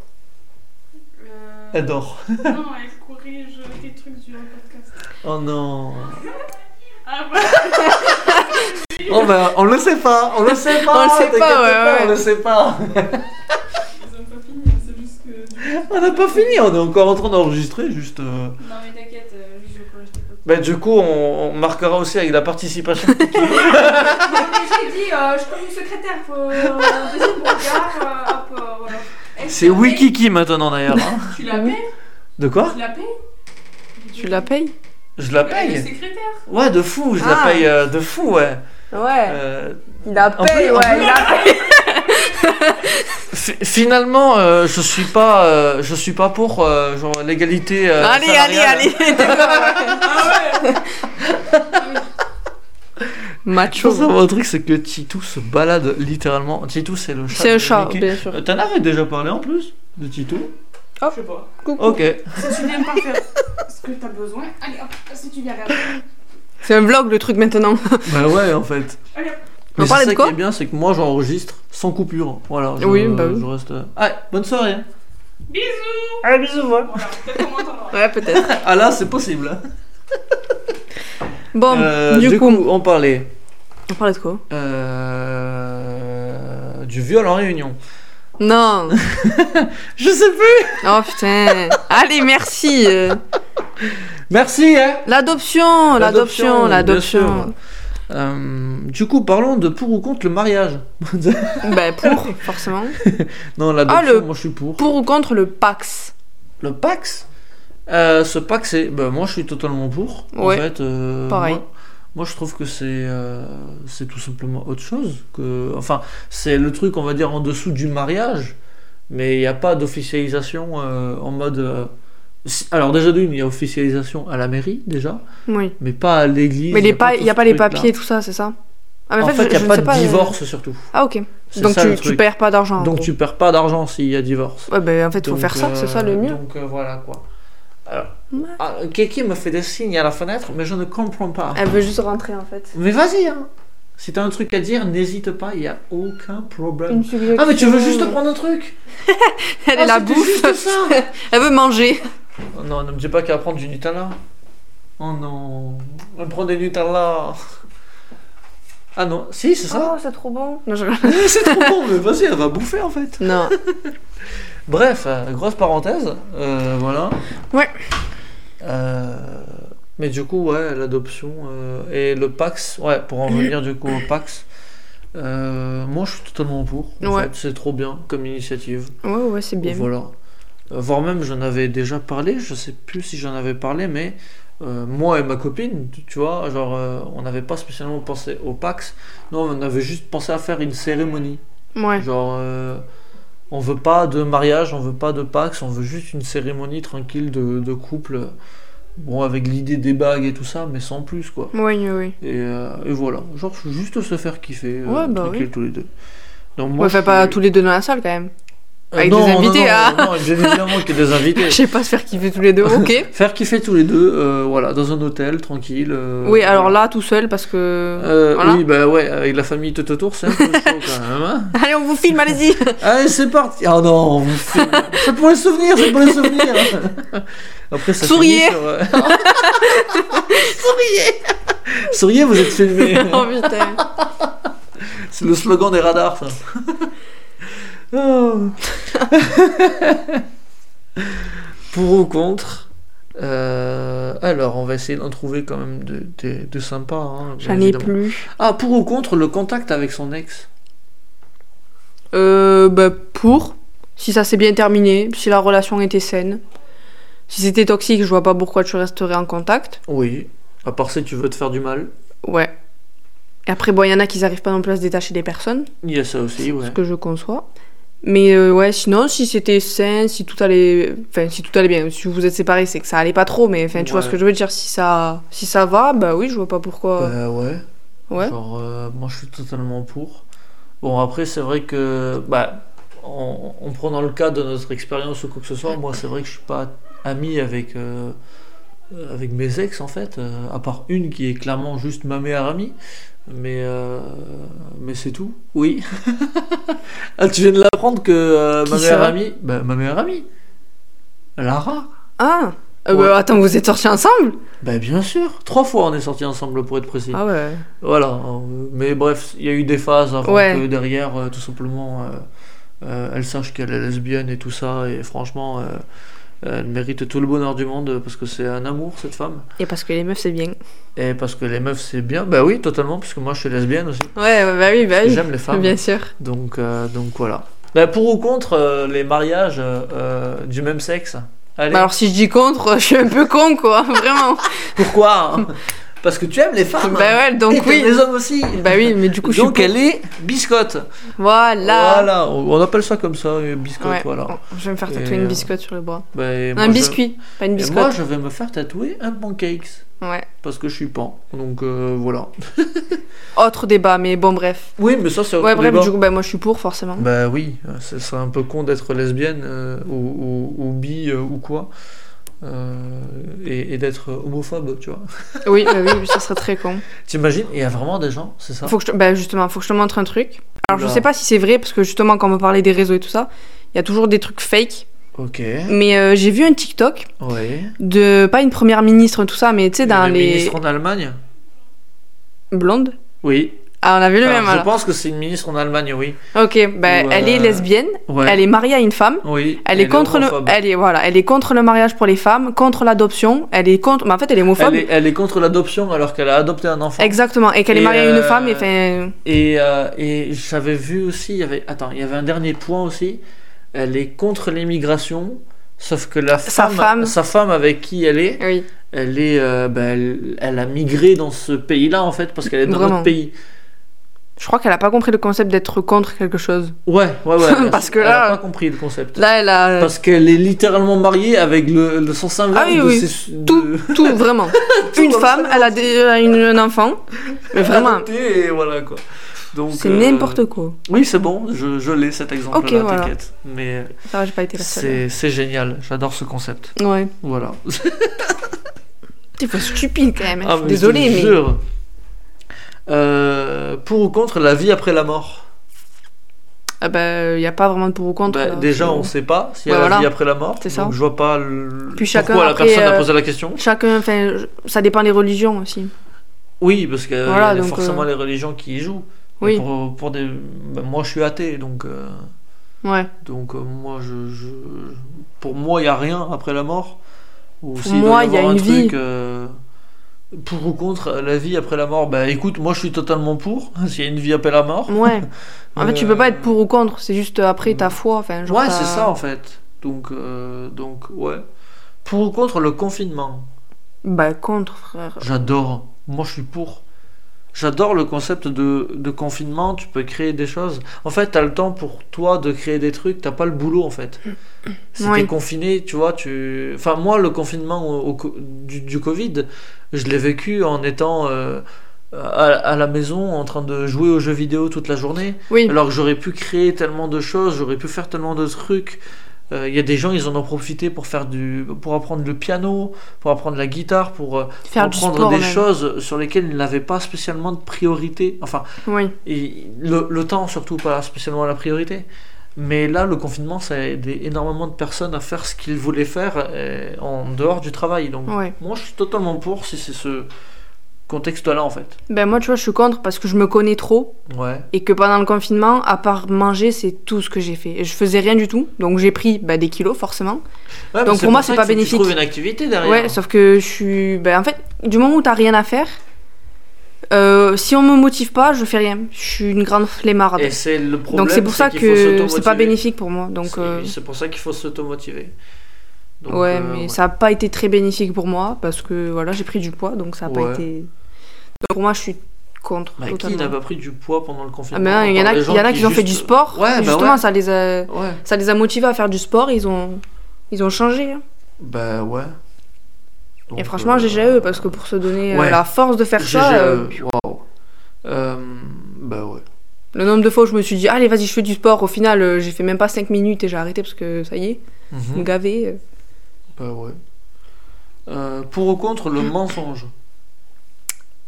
D: Euh,
A: Elle dort.
D: Non, elle corrige des trucs sur le podcast.
A: Oh non.
D: Ah voilà.
A: Oh ben, on le sait pas, on le sait pas.
B: On le sait
A: t'inquiète
B: pas, ouais, ouais.
A: on le sait pas.
D: Ils ont pas fini, c'est juste que.
A: On n'a Ah, pas fini, on est encore en train d'enregistrer, juste. euh.
D: Non, mais t'inquiète, euh, juste je corrige tes podcasts.
A: Bah, du coup, on, on marquera aussi avec la participation.
D: J'ai dit, euh, je suis comme une secrétaire, faut un deuxième regard, euh, hop, voilà.
A: C'est Wikiki maintenant d'ailleurs. hein.
D: Tu la payes
A: De quoi
D: Tu la payes
B: Tu la payes
A: Je la
D: Le
A: paye
D: secrétaire
A: Ouais, de fou, je la
B: Ah.
A: paye euh, de fou, ouais.
B: Ouais.
A: Euh,
B: Il la
A: en plus-
B: paye,
A: en
B: ouais,
A: plus-
B: il la paye.
A: fi- finalement, euh, je suis pas, euh, je suis pas pour euh, genre l'égalité. euh,
B: allez, allez,
A: salariale.
B: allez, d'accord, ouais.
D: Ah ouais
A: Je
B: Macho.
A: pense avoir un truc, c'est que Titou se balade littéralement. Titou, c'est le chat.
B: C'est un
A: de
B: chat,
A: Mickey.
B: bien sûr.
A: Euh, T'en avais déjà parlé en plus de Titou
D: Je sais pas.
A: Ok.
D: Si tu viens pas faire ce que t'as besoin, allez hop, si tu viens faire.
B: C'est un vlog le truc maintenant.
A: bah ouais, en fait.
D: Allez hop.
B: On
A: Mais c'est
B: parlait
A: ça
B: de quoi
A: qui est bien, c'est que moi j'enregistre sans coupure. Voilà. Je,
B: Oui, bah oui.
A: je reste. Ah, bonne soirée.
D: Bisous
A: Allez, bisous, moi.
D: Voilà, peut-être qu'on m'entendra.
B: Ouais, peut-être.
A: Ah là, c'est possible.
B: Bon,
A: Euh,
B: du, coup,
A: on parlait
B: on parlait de quoi
A: euh, du viol en réunion.
B: Non.
A: Je sais plus.
B: Oh putain. Allez, merci. euh.
A: Merci, hein.
B: L'adoption, l'adoption,
A: bien sûr.
B: l'adoption.
A: Euh, du coup, parlons de pour ou contre le mariage.
B: Ben pour, forcément.
A: non, l'adoption,
B: Ah, le-
A: moi je suis pour.
B: Pour ou contre le Pax
A: Le Pax Euh, Ce Pax, c'est... bah, moi je suis totalement pour.
B: Ouais,
A: en fait, euh,
B: pareil.
A: Moi, moi, je trouve que c'est, euh, c'est tout simplement autre chose. Que... Enfin, c'est le truc, on va dire, en dessous du mariage, mais il n'y a pas d'officialisation euh, en mode. euh, si- Alors déjà d'une, il y a officialisation à la mairie déjà,
B: Oui.
A: mais pas à l'église.
B: Mais il n'y a,
A: tout
B: pas
A: ce
B: les
A: truc-là.
B: papiers et tout ça, c'est ça Ah, mais
A: en fait, il
B: je-
A: n'y a
B: je
A: pas
B: ne sais
A: de
B: euh,
A: divorce surtout.
B: Ah, ok.
A: C'est
B: Donc
A: ça,
B: tu,
A: le
B: tu
A: truc.
B: perds pas d'argent. en
A: Donc
B: gros.
A: tu perds pas d'argent s'il y a divorce.
B: Ouais, ben en fait, faut
A: Donc,
B: faire ça, c'est ça
A: euh,
B: le mieux.
A: Donc euh, voilà quoi. Alors,
B: Ouais.
A: ah, Kiki me fait des signes à la fenêtre, mais je ne comprends pas.
B: Elle veut juste rentrer en fait.
A: Mais vas-y, hein. Si t'as un truc à dire, n'hésite pas, il n'y a aucun problème.
B: suggestion.
A: Ah, mais tu veux juste prendre un truc
B: Elle
A: Ah,
B: est la
A: c'était
B: bouffe.
A: juste ça.
B: Elle veut manger.
A: Oh Non, ne me dis pas qu'elle va prendre du Nutella. Oh non, elle prend des Nutella. Ah non, si, c'est ça.
B: Oh, c'est trop bon. Non, je-
A: c'est trop bon, mais vas-y, elle va bouffer en fait.
B: non.
A: Bref, euh, grosse parenthèse, euh, voilà.
B: Ouais.
A: Euh, mais du coup, ouais, l'adoption euh, et le Pax, ouais, pour en revenir du coup au Pax, euh, moi je suis totalement pour. en
B: Ouais.
A: fait, c'est trop bien comme initiative.
B: Ouais, ouais, c'est bien.
A: Voilà. Euh, Voire même, j'en avais déjà parlé, je sais plus si j'en avais parlé, mais euh, moi et ma copine, tu- tu vois, genre, euh, on n'avait pas spécialement pensé au Pax, non, on avait juste pensé à faire une cérémonie.
B: Ouais.
A: Genre, euh, on veut pas de mariage, on veut pas de pax, on veut juste une cérémonie tranquille de, de couple. Bon, avec l'idée des bagues et tout ça, mais sans plus, quoi.
B: Ouais, ouais, ouais.
A: Et, euh, et voilà, genre juste se faire kiffer, euh,
B: Ouais, bah
A: tranquille
B: oui.
A: tous les deux. Donc,
B: Ouais,
A: je
B: fais pas
A: suis-
B: tous les deux dans la salle quand même.
A: Euh,
B: avec
A: non,
B: des
A: non,
B: invités,
A: non,
B: ah.
A: non, bien évidemment qu'il y a des invités.
B: Je sais pas se faire kiffer tous les deux. Euh, Ok.
A: Faire kiffer tous les deux, euh, voilà, dans un hôtel, tranquille. euh,
B: Oui, alors
A: voilà.
B: là, tout seul parce que.
A: Euh,
B: voilà.
A: Oui, bah ouais, avec la famille tout autour, c'est un peu chaud quand même. hein.
B: Allez, on vous filme, allez-y.
A: Allez, c'est parti. Ah non, vous faites- c'est pour les souvenirs, c'est pour les souvenirs. Après, ça
B: Souriez.
A: finit sur, euh, Souriez. Souriez, vous êtes filmé.
B: oh putain.
A: C'est le slogan des radars, ça. Oh. pour ou contre euh, Alors, on va essayer d'en trouver quand même de, de, de sympa. hein, bien
B: J'en ai
A: évidemment.
B: plus.
A: Ah, pour ou contre le contact avec son ex
B: Euh, bah, pour. Si ça s'est bien terminé, si la relation était saine. Si c'était toxique, je vois pas pourquoi tu resterais en contact.
A: Oui. À part si tu veux te faire du mal.
B: Ouais. Et après, bon, il y en a qui arrivent pas non plus à se détacher des personnes,
A: Il y a ça aussi, ouais.
B: ce que je conçois. Mais euh, ouais, sinon, si c'était sain, si tout allait, enfin, si tout allait bien, si vous vous êtes séparés, c'est que ça allait pas trop. Mais enfin, tu vois
A: Ouais.
B: ce que je veux dire. Si ça, si ça va, bah oui, je vois pas pourquoi.
A: Bah ouais.
B: ouais.
A: Genre, euh, moi je suis totalement pour. Bon, après, c'est vrai que, bah, en, en prenant le cas de notre expérience ou quoi que ce soit, moi c'est vrai que je suis pas ami avec, euh, avec mes ex en fait, euh, à part une qui est clairement juste ma meilleure amie. Mais, euh, mais c'est tout, oui. ah, tu viens de l'apprendre que euh,
B: Qui
A: ma meilleure
B: ça
A: amie, bah, ma meilleure amie, Lara.
B: Ah. Euh,
A: Ouais.
B: bah, attends, vous êtes sortis ensemble
A: Bah, bien sûr, trois fois on est sortis ensemble pour être précis.
B: Ah ouais.
A: Voilà, euh, mais bref, il y a eu des phases avant
B: Ouais.
A: que derrière, euh, tout simplement, euh, euh, elle sache qu'elle est lesbienne et tout ça, et franchement, euh, elle mérite tout le bonheur du monde euh, parce que c'est un amour cette femme,
B: Et parce que les meufs, c'est bien.
A: et parce que les meufs c'est bien, bah oui, totalement, puisque moi je suis lesbienne aussi,
B: Ouais, ouais, bah oui, bah oui.
A: j'aime les femmes,
B: Bien sûr.
A: donc, euh, donc voilà. Bah, pour ou contre euh, les mariages euh, euh, du même sexe Allez,
B: Bah alors si je dis contre, je suis un peu con quoi, vraiment.
A: pourquoi hein Parce que tu aimes les femmes,
B: bah
A: hein,
B: ouais,
A: et
B: donc
A: t'aimes
B: oui.
A: les hommes aussi,
B: Bah oui, mais du coup je suis
A: donc
B: pour.
A: elle est biscotte.
B: Voilà.
A: Voilà, on on appelle ça comme ça, euh, biscotte,
B: Ouais.
A: voilà.
B: Bon, je vais me faire tatouer
A: Et,
B: une
A: euh,
B: biscotte sur le bras.
A: Bah, et
B: Non,
A: moi,
B: un
A: je-
B: biscuit, pas une
A: et moi,
B: biscotte.
A: je vais me faire tatouer un pancakes,
B: Ouais.
A: parce que je suis pan, donc euh, voilà.
B: Autre débat, mais bon bref.
A: Oui, mais ça, c'est autre
B: Ouais bref,
A: débat.
B: du coup bah moi je suis pour forcément.
A: Bah oui, euh, ce serait un peu con d'être lesbienne, euh, ou, ou- ou bi, euh, ou quoi, euh, et, et d'être homophobe, tu vois.
B: Oui, bah oui, ça serait très con.
A: T'imagines, il y a vraiment des gens, c'est ça
B: Faut que je... te- bah justement, faut que je te montre un truc. Alors je
A: Oula.
B: sais pas si c'est vrai parce que justement quand on me parlait des réseaux et tout ça, il y a toujours des trucs fake.
A: Ok,
B: Mais euh, j'ai vu un TikTok
A: ouais.
B: de pas une première ministre tout ça, mais tu sais dans
A: Les
B: les
A: ministres en Allemagne
B: blondes.
A: Oui.
B: Ah, on a vu le
A: Alors,
B: même
A: je
B: alors.
A: pense que c'est une ministre en Allemagne, oui.
B: Ok, ben
A: Ou,
B: elle est
A: euh,
B: lesbienne,
A: Ouais.
B: elle est mariée à une femme.
A: Oui.
B: Elle, est contre le,
A: homophobe.
B: elle est voilà, elle est contre le mariage pour les femmes, contre l'adoption. Elle est contre, mais en fait, elle est homophobe.
A: Elle est, elle est contre l'adoption alors qu'elle a adopté un enfant.
B: Exactement, et qu'elle est
A: Et,
B: mariée à une
A: euh,
B: femme. Et fait...
A: Et, euh, et j'avais vu aussi, il y avait, attends, il y avait un dernier point aussi. Elle est contre l'immigration, sauf que la
B: Sa
A: femme,
B: femme.
A: sa femme avec qui elle est,
B: oui,
A: elle est, euh, ben, elle, elle a migré dans ce pays-là en fait parce qu'elle est dans
B: Vraiment.
A: notre pays.
B: je crois qu'elle a pas compris le concept d'être contre quelque chose.
A: Ouais, ouais, ouais. elle a-
B: Parce que
A: elle a
B: là-
A: pas compris le concept.
B: Là, elle a
A: Parce qu'elle est littéralement mariée avec le, le sens inverse
B: Ah oui,
A: de
B: oui.
A: ses- de-
B: tout, tout vraiment. une
A: dans le
B: femme, elle a des- elle a une, un enfant, mais vraiment,
A: adopté et voilà quoi. Donc
B: c'est
A: euh,
B: n'importe quoi.
A: Oui, c'est bon, je, je l'ai cet exemple-là,
B: Ok, voilà.
A: t'inquiète. Mais
B: Ça va, j'ai pas été la seule. hein.
A: c'est c'est génial, j'adore ce concept.
B: Ouais,
A: Voilà.
B: t'es pas stupide quand même. hein.
A: Ah,
B: Je suis
A: mais
B: Désolée,
A: je te
B: mais
A: jure. Euh, pour ou contre la vie après la mort
B: ah ben, y a pas vraiment de pour ou contre.
A: Bah,
B: là.
A: Déjà, on sait pas s'il y a
B: Ouais,
A: la
B: voilà.
A: vie après la mort.
B: C'est ça.
A: Donc, je vois pas le-
B: Puis chacun,
A: pourquoi la
B: après,
A: personne a
B: euh,
A: posé la question.
B: Chacun, enfin, je- ça dépend des religions aussi.
A: Oui, parce que
B: Voilà,
A: y a
B: donc,
A: forcément
B: euh,
A: les religions qui y jouent.
B: Oui,
A: Pour, pour des... bah, moi, je suis athée, donc, euh,
B: ouais.
A: donc euh, moi, je, je- pour moi, il n'y a rien après la mort. Ou
B: Pour
A: s'il doit
B: moi, il y a
A: avoir un
B: une vie.
A: truc, euh, pour ou contre la vie après la mort Bah écoute, moi, je suis totalement pour, s'il y a une vie après la mort.
B: Ouais. En fait, tu peux pas
A: Euh,
B: être pour ou contre, c'est juste après ta foi. Enfin, genre
A: Ouais,
B: ta-
A: c'est ça en fait. Donc, euh, donc ouais. Pour ou contre le confinement
B: Bah, contre, frère.
A: J'adore. Moi, je suis pour. J'adore le concept de, de confinement. Tu peux créer des choses. En fait, t'as le temps pour toi de créer des trucs. T'as pas le boulot en fait. Si t'es
B: Ouais.
A: confiné, tu vois, tu. Enfin, moi, le confinement au- au co- du, du Covid, je l'ai vécu en étant euh, à, à la maison, en train de jouer aux jeux vidéo toute la journée.
B: Oui,
A: Alors que j'aurais pu créer tellement de choses, j'aurais pu faire tellement de trucs. Euh, Il y a des gens, ils en ont profité pour faire du, pour apprendre le piano, pour apprendre la guitare, pour, euh,
B: faire du
A: apprendre
B: sport.
A: des
B: même.
A: choses sur lesquelles ils n'avaient pas spécialement de priorité. Enfin,
B: Oui,
A: et le, le temps surtout pas spécialement la priorité. Mais là, le confinement, ça a aidé énormément de personnes à faire ce qu'ils voulaient faire euh, en dehors du travail. Donc,
B: ouais.
A: moi, je suis totalement pour si c'est ce contexte-là en fait.
B: Ben, moi, tu vois, je suis contre parce que je me connais trop.
A: Ouais.
B: et que pendant le confinement, à part manger, c'est tout ce que j'ai fait. Et je faisais rien du tout, donc j'ai pris bah, des kilos forcément.
A: Ouais, mais
B: pour moi, c'est
A: ça
B: pas
A: qu'il faut que Tu
B: bénéfique.
A: trouves une activité derrière.
B: Ouais, sauf que je suis. Bah, en fait, du moment où t'as rien à faire, euh, si on me motive pas, je fais rien. Je suis une grande flemmarde.
A: Et c'est le problème.
B: Donc c'est pour ça
A: qu'il faut
B: que
A: s'automotiver.
B: c'est pas bénéfique pour moi. Donc
A: C'est-
B: euh,
A: C'est pour ça qu'il faut s'automotiver. Donc,
B: ouais,
A: euh,
B: mais
A: ouais.
B: ça a pas été très bénéfique pour moi parce que voilà, j'ai pris du poids, donc ça a
A: Ouais.
B: pas été. Donc pour moi, je suis contre.
A: Bah, qui
B: totalement.
A: n'a pas pris du poids pendant le
B: Ah,
A: confinement
B: mais non, il y
A: à
B: en a,
A: part les
B: il y en a qui ont fait
A: juste-
B: du sport.
A: Ouais, bah
B: et justement,
A: ouais.
B: ça les a.
A: Ouais.
B: ça les a motivés à faire du sport, ils ont, ils ont changé. hein.
A: Bah ouais. Donc,
B: et franchement,
A: euh,
B: GG à eux, parce que pour se donner euh,
A: ouais.
B: la force de faire
A: GG,
B: ça, euh,
A: euh, waouh. Euh, bah ouais.
B: le nombre de fois où je me suis dit, allez, vas-y, je fais du sport, au final, euh, j'ai fait même pas 5 minutes et j'ai arrêté parce que ça y est,
A: Mhm.
B: me gaver. euh.
A: Bah ouais. Euh, pour ou contre le mensonge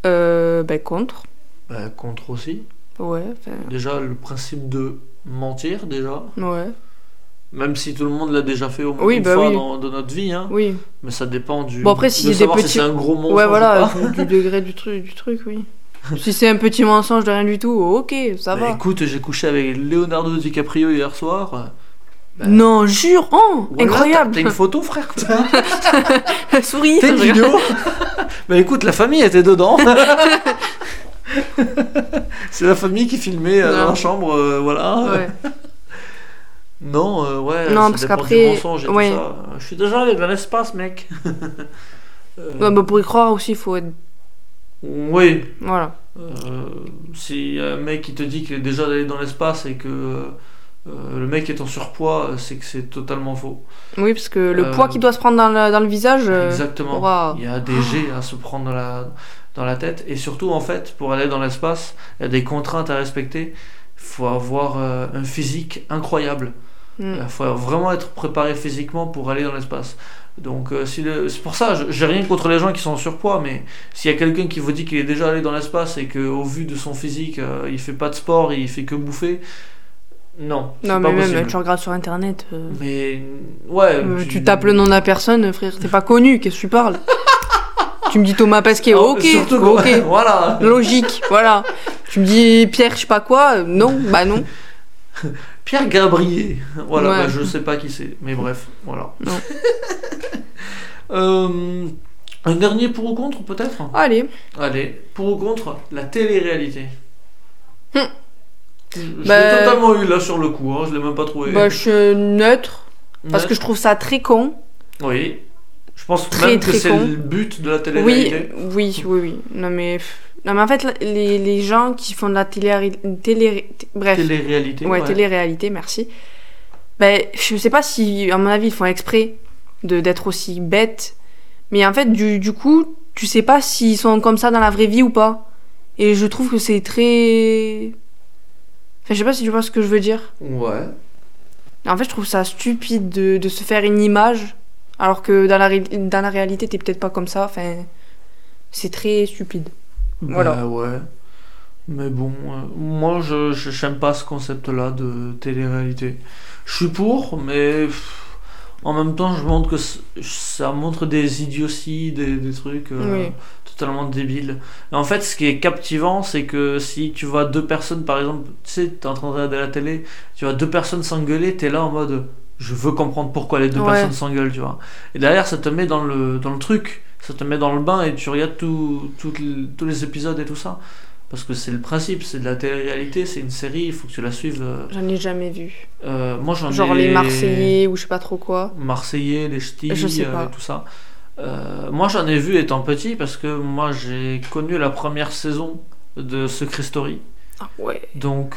B: Euh, ben, contre.
A: Bah contre aussi.
B: Ouais, enfin,
A: Déjà le principe de mentir déjà.
B: ouais,
A: Même si tout le monde l'a déjà fait au moins
B: Oui,
A: une
B: bah
A: fois
B: oui.
A: dans, dans notre vie. Hein.
B: oui.
A: Mais ça dépend du.
B: Bon, après, si
A: de
B: c'est des
A: savoir si
B: petits-
A: c'est un gros mensonge.
B: ouais,
A: ou
B: voilà,
A: pas.
B: du, du degré du truc, du truc, oui. si c'est un petit mensonge de rien du tout, ok, ça
A: Bah,
B: va.
A: écoute, j'ai couché avec Leonardo DiCaprio hier soir. bah,
B: non, jure, oh,
A: Voilà,
B: incroyable,
A: t'as- T'as une photo, frère T'as
B: sourire.
A: une vidéo Bah écoute, la famille était dedans. C'est la famille qui filmait euh, dans
B: Non.
A: la chambre, euh, voilà.
B: Ouais.
A: Non, euh, ouais,
B: Non,
A: ça dépend
B: parce
A: du
B: qu'après,
A: mensonge et tout
B: ouais.
A: ça. Euh, Je suis déjà allé dans l'espace, mec. Euh,
B: Ouais, bah, pour y croire aussi, il faut être.
A: Oui.
B: Voilà.
A: Euh, si un mec qui te dit qu'il est déjà allé dans l'espace et que euh, le mec est en surpoids, euh, c'est que c'est totalement faux.
B: Oui, parce que le
A: Euh,
B: poids qu'il doit se prendre dans le, dans le visage. euh,
A: Exactement.
B: waouh.
A: Il y a des jets à se prendre dans la, dans la tête. Et surtout, en fait, pour aller dans l'espace, il y a des contraintes à respecter. Il faut avoir euh, un physique incroyable.
B: Mm.
A: Il faut vraiment être préparé physiquement pour aller dans l'espace. Donc, euh, si le- c'est pour ça, je- j'ai rien contre les gens qui sont en surpoids, mais s'il y a quelqu'un qui vous dit qu'il est déjà allé dans l'espace et qu'au vu de son physique, euh, il fait pas de sport, il fait que bouffer, non. c'est
B: Non,
A: pas
B: mais même,
A: possible.
B: tu regardes sur internet. euh,
A: Mais ouais,
B: euh, tu tapes le nom de la personne, frère, t'es pas connu, qu'est-ce que tu parles Tu me dis Thomas Pesquet,
A: Alors,
B: ok,
A: Ah, surtout qu'on-
B: ok,
A: voilà.
B: logique, voilà. Tu me dis Pierre, je sais pas quoi, euh, non, bah non.
A: Pierre Gabriel. Voilà,
B: Ouais.
A: bah, je sais pas qui c'est, mais bref, voilà.
B: Non.
A: Euh, un dernier pour ou contre, peut-être
B: Allez,
A: Allez, pour ou contre la télé-réalité
B: Hmm.
A: Je je l'ai
B: Bah-
A: totalement eu là sur le coup, hein, je l'ai même pas trouvé.
B: bah je suis neutre parce
A: Net.
B: que je trouve ça très con.
A: Oui. Je pense
B: Très,
A: même que
B: très
A: c'est
B: con.
A: le but de la
B: Oui,
A: télé-réalité.
B: oui, oui, oui. Non mais, pff. non mais en fait, les, les gens qui font de la télé, télé bref,
A: Télé-réalité.
B: ouais,
A: ouais.
B: télé-réalité, merci. Ben, je sais pas si, à mon avis, ils font exprès de d'être aussi bêtes. Mais en fait, du, du coup, tu sais pas s'ils sont comme ça dans la vraie vie ou pas. Et je trouve que c'est très. Enfin, je sais pas si tu vois ce que je veux dire.
A: Ouais.
B: En fait, je trouve ça stupide de, de se faire une image alors que dans la, ré- dans la réalité, t'es peut-être pas comme ça. Enfin, c'est très stupide. Voilà.
A: Bah ouais. Mais bon, euh, moi je je- j'aime pas ce concept-là de télé-réalité. Je suis pour, mais pff, en même temps je montre que c- ça montre des idioties, des, des trucs euh,
B: Oui.
A: totalement débiles. Et en fait, ce qui est captivant, c'est que si tu vois deux personnes, par exemple, tu sais, t'es en train de regarder la télé, tu vois deux personnes s'engueuler, t'es là en mode je veux comprendre pourquoi les deux
B: Ouais.
A: personnes s'engueulent, tu vois. Et derrière, ça te met dans le, dans le truc, ça te met dans le bain et tu regardes tout, tout le- tous les épisodes et tout ça. Parce que c'est le principe, c'est de la télé-réalité, c'est une série, il faut que tu la suives. euh,
B: J'en ai jamais vu.
A: euh, moi j'en
B: Genre
A: ai-
B: les Marseillais ou je sais pas trop quoi.
A: Marseillais, les ch'tis,
B: Je sais
A: euh,
B: pas.
A: et tout ça. Euh, moi j'en ai vu étant petit parce que moi j'ai connu la première saison de Secret Story.
B: Ah ouais.
A: Donc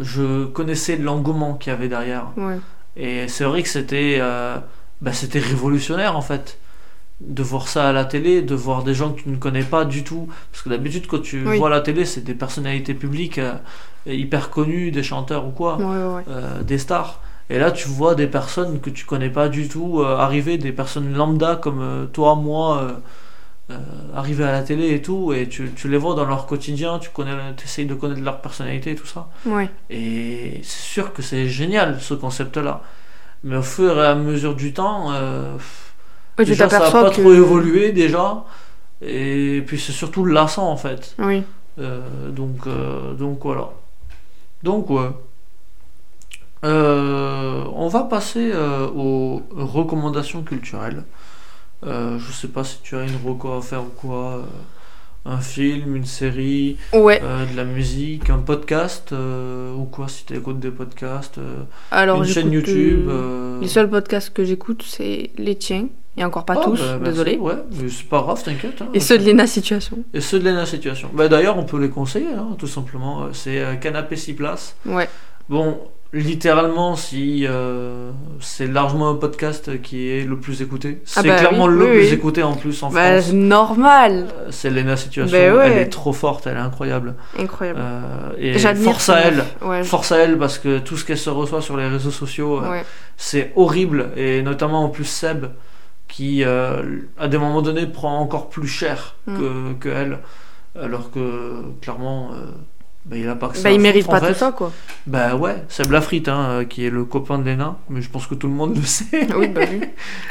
A: je connaissais l'engouement qu'il y avait derrière.
B: Ouais.
A: Et c'est vrai que c'était euh, bah, c'était révolutionnaire en fait de voir ça à la télé, de voir des gens que tu ne connais pas du tout. Parce que d'habitude, quand tu
B: Oui.
A: vois à la télé, c'est des personnalités publiques euh, hyper connues, des chanteurs ou quoi,
B: Ouais, ouais, ouais.
A: euh, des stars. Et là, tu vois des personnes que tu connais pas du tout euh, arriver, des personnes lambda comme euh, toi, moi, euh, euh, arriver à la télé et tout. Et tu, tu les vois dans leur quotidien, tu connais, essayes de connaître leur personnalité et tout ça.
B: Ouais.
A: Et c'est sûr que c'est génial ce concept-là. Mais au fur et à mesure du temps, euh,
B: Ouais, tu
A: déjà, ça n'a pas
B: t'aperçois que.
A: trop évolué déjà. Et puis c'est surtout lassant en fait.
B: Oui.
A: Euh, donc, euh, donc voilà. Donc ouais. Euh, on va passer euh, aux recommandations culturelles. Euh, je sais pas si tu as une reco à faire ou quoi. euh, un film, une série,
B: Ouais.
A: euh, de la musique, un podcast euh, ou quoi si tu écoutes des podcasts, euh,
B: Alors
A: une
B: j'écoute,
A: chaîne
B: euh,
A: YouTube. euh,
B: Les seuls podcasts que j'écoute, c'est les tiens. Et encore pas
A: ah,
B: tous,
A: bah, merci,
B: désolé.
A: Ouais, mais c'est pas grave, t'inquiète. hein.
B: Et ceux de Lena Situation.
A: Et ceux de Lena Situation. Bah, D'ailleurs, on peut les conseiller, hein, tout simplement. Euh, C'est euh, Canapé 6 places.
B: Ouais.
A: Bon, littéralement, si euh, c'est largement un podcast qui est le plus écouté. C'est
B: Ah bah
A: clairement
B: oui,
A: le
B: oui,
A: plus
B: oui.
A: écouté en plus en
B: Bah,
A: France.
B: c'est normal.
A: Euh, C'est Lena Situation.
B: Bah ouais.
A: Elle est trop forte, elle est incroyable.
B: Incroyable.
A: Euh, et
B: J'admire
A: force
B: son
A: à elle.
B: œuvre. Ouais.
A: Force à elle parce que tout ce qu'elle se reçoit sur les réseaux sociaux, euh,
B: ouais.
A: c'est horrible. Et notamment en plus Seb, qui euh, à des moments donnés prend encore plus cher
B: Mm.
A: que, que elle, alors que clairement, euh, bah, il a pas que ça.
B: Bah,
A: à
B: ils méritent
A: foutre, en
B: pas tout
A: fait.
B: ça, quoi.
A: Bah ouais, Seb Lafrite, hein, euh, qui est le copain de Lena, mais je pense que tout le monde le sait.
B: oui, bah oui.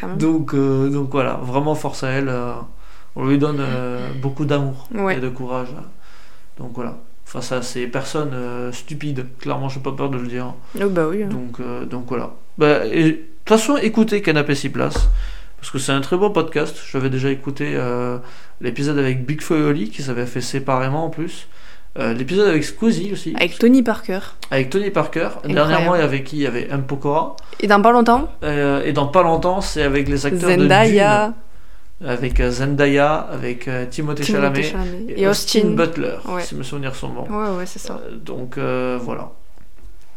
B: Quand même.
A: donc, euh, donc voilà, vraiment force à elle. euh, on lui donne euh, beaucoup d'amour
B: Ouais.
A: et de courage. Donc voilà, face à ces personnes euh, stupides, clairement, je n'ai pas peur de le dire.
B: Oh, bah oui. hein.
A: Donc, euh, donc voilà. Bah, et- de toute façon, écoutez Canapé 6 places. Parce que c'est un très bon podcast. J'avais déjà écouté euh, l'épisode avec Big Flo et Oli qui s'avait fait séparément en plus. Euh, l'épisode avec Squeezie aussi.
B: Avec Tony Parker.
A: Avec Tony Parker. Dernièrement, il y avait qui Il y avait M. Pokora.
B: Et dans pas longtemps,
A: Euh, et dans pas longtemps, c'est avec les acteurs
B: Zendaya,
A: de Dune. Avec euh, Zendaya, avec euh, Timothée,
B: Timothée
A: Chalamet,
B: Chalamet et Austin.
A: Butler,
B: Ouais.
A: si mes souvenirs sont bons.
B: Ouais, ouais, c'est ça.
A: Euh, donc euh, voilà.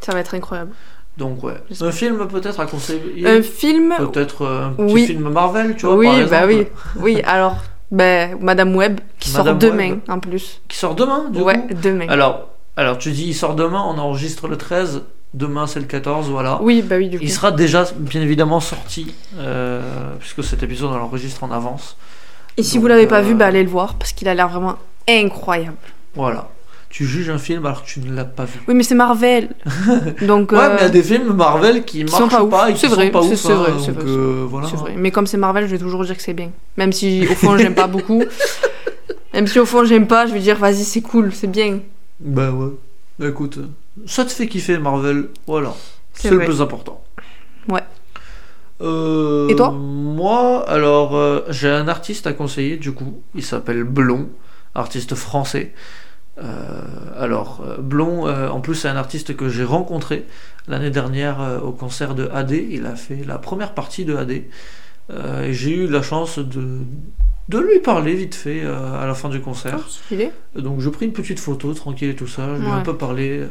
B: Ça va être incroyable.
A: Donc ouais.
B: J'espère.
A: Un film peut-être à conseiller
B: Un film.
A: Peut-être euh, un petit
B: Oui.
A: film Marvel, tu vois,
B: oui,
A: par exemple,
B: bah oui. Oui, alors, bah, Madame Webb, qui
A: Madame
B: sort demain,
A: Webb.
B: en plus.
A: qui sort demain, du
B: ouais,
A: coup.
B: demain.
A: Alors, alors, tu dis, il sort demain, on enregistre le 13, demain c'est le 14, voilà.
B: Oui, bah oui, du coup.
A: Il sera déjà, bien évidemment, sorti, euh, puisque cet épisode, on l'enregistre en avance.
B: Et si
A: Donc,
B: vous l'avez pas
A: euh,
B: vu, bah allez le voir parce qu'il a l'air vraiment incroyable.
A: Voilà. tu juges un film alors que tu ne l'as pas vu.
B: Oui, mais c'est Marvel. Donc,
A: Ouais,
B: euh,
A: mais il y a des films Marvel qui
B: sont
A: marchent
B: pas ouf.
A: pas et qui
B: C'est
A: sont
B: vrai,
A: pas
B: c'est-
A: ouf.
B: c'est
A: hein,
B: vrai,
A: donc,
B: c'est vrai,
A: euh, voilà.
B: c'est vrai. Mais comme c'est Marvel, je vais toujours dire que c'est bien. Même si au fond, j'aime pas beaucoup. Même si au fond, j'aime pas, je vais dire vas-y, c'est cool, c'est bien.
A: Bah ouais. Bah écoute, ça te fait kiffer Marvel, voilà.
B: C'est
A: C'est le
B: vrai.
A: plus important.
B: Ouais.
A: Euh,
B: Et toi
A: Moi, alors, euh, j'ai un artiste à conseiller, du coup. Il s'appelle Blond, artiste français. Euh, alors, euh, Blond, euh, en plus, c'est un artiste que j'ai rencontré l'année dernière euh, au concert de AD. Il a fait la première partie de AD. Euh, et j'ai eu la chance de, de lui parler vite fait euh, à la fin du concert.
B: Ah, Stylé.
A: Donc je pris une petite photo, tranquille et tout ça, je lui ai
B: Ouais.
A: un peu parlé.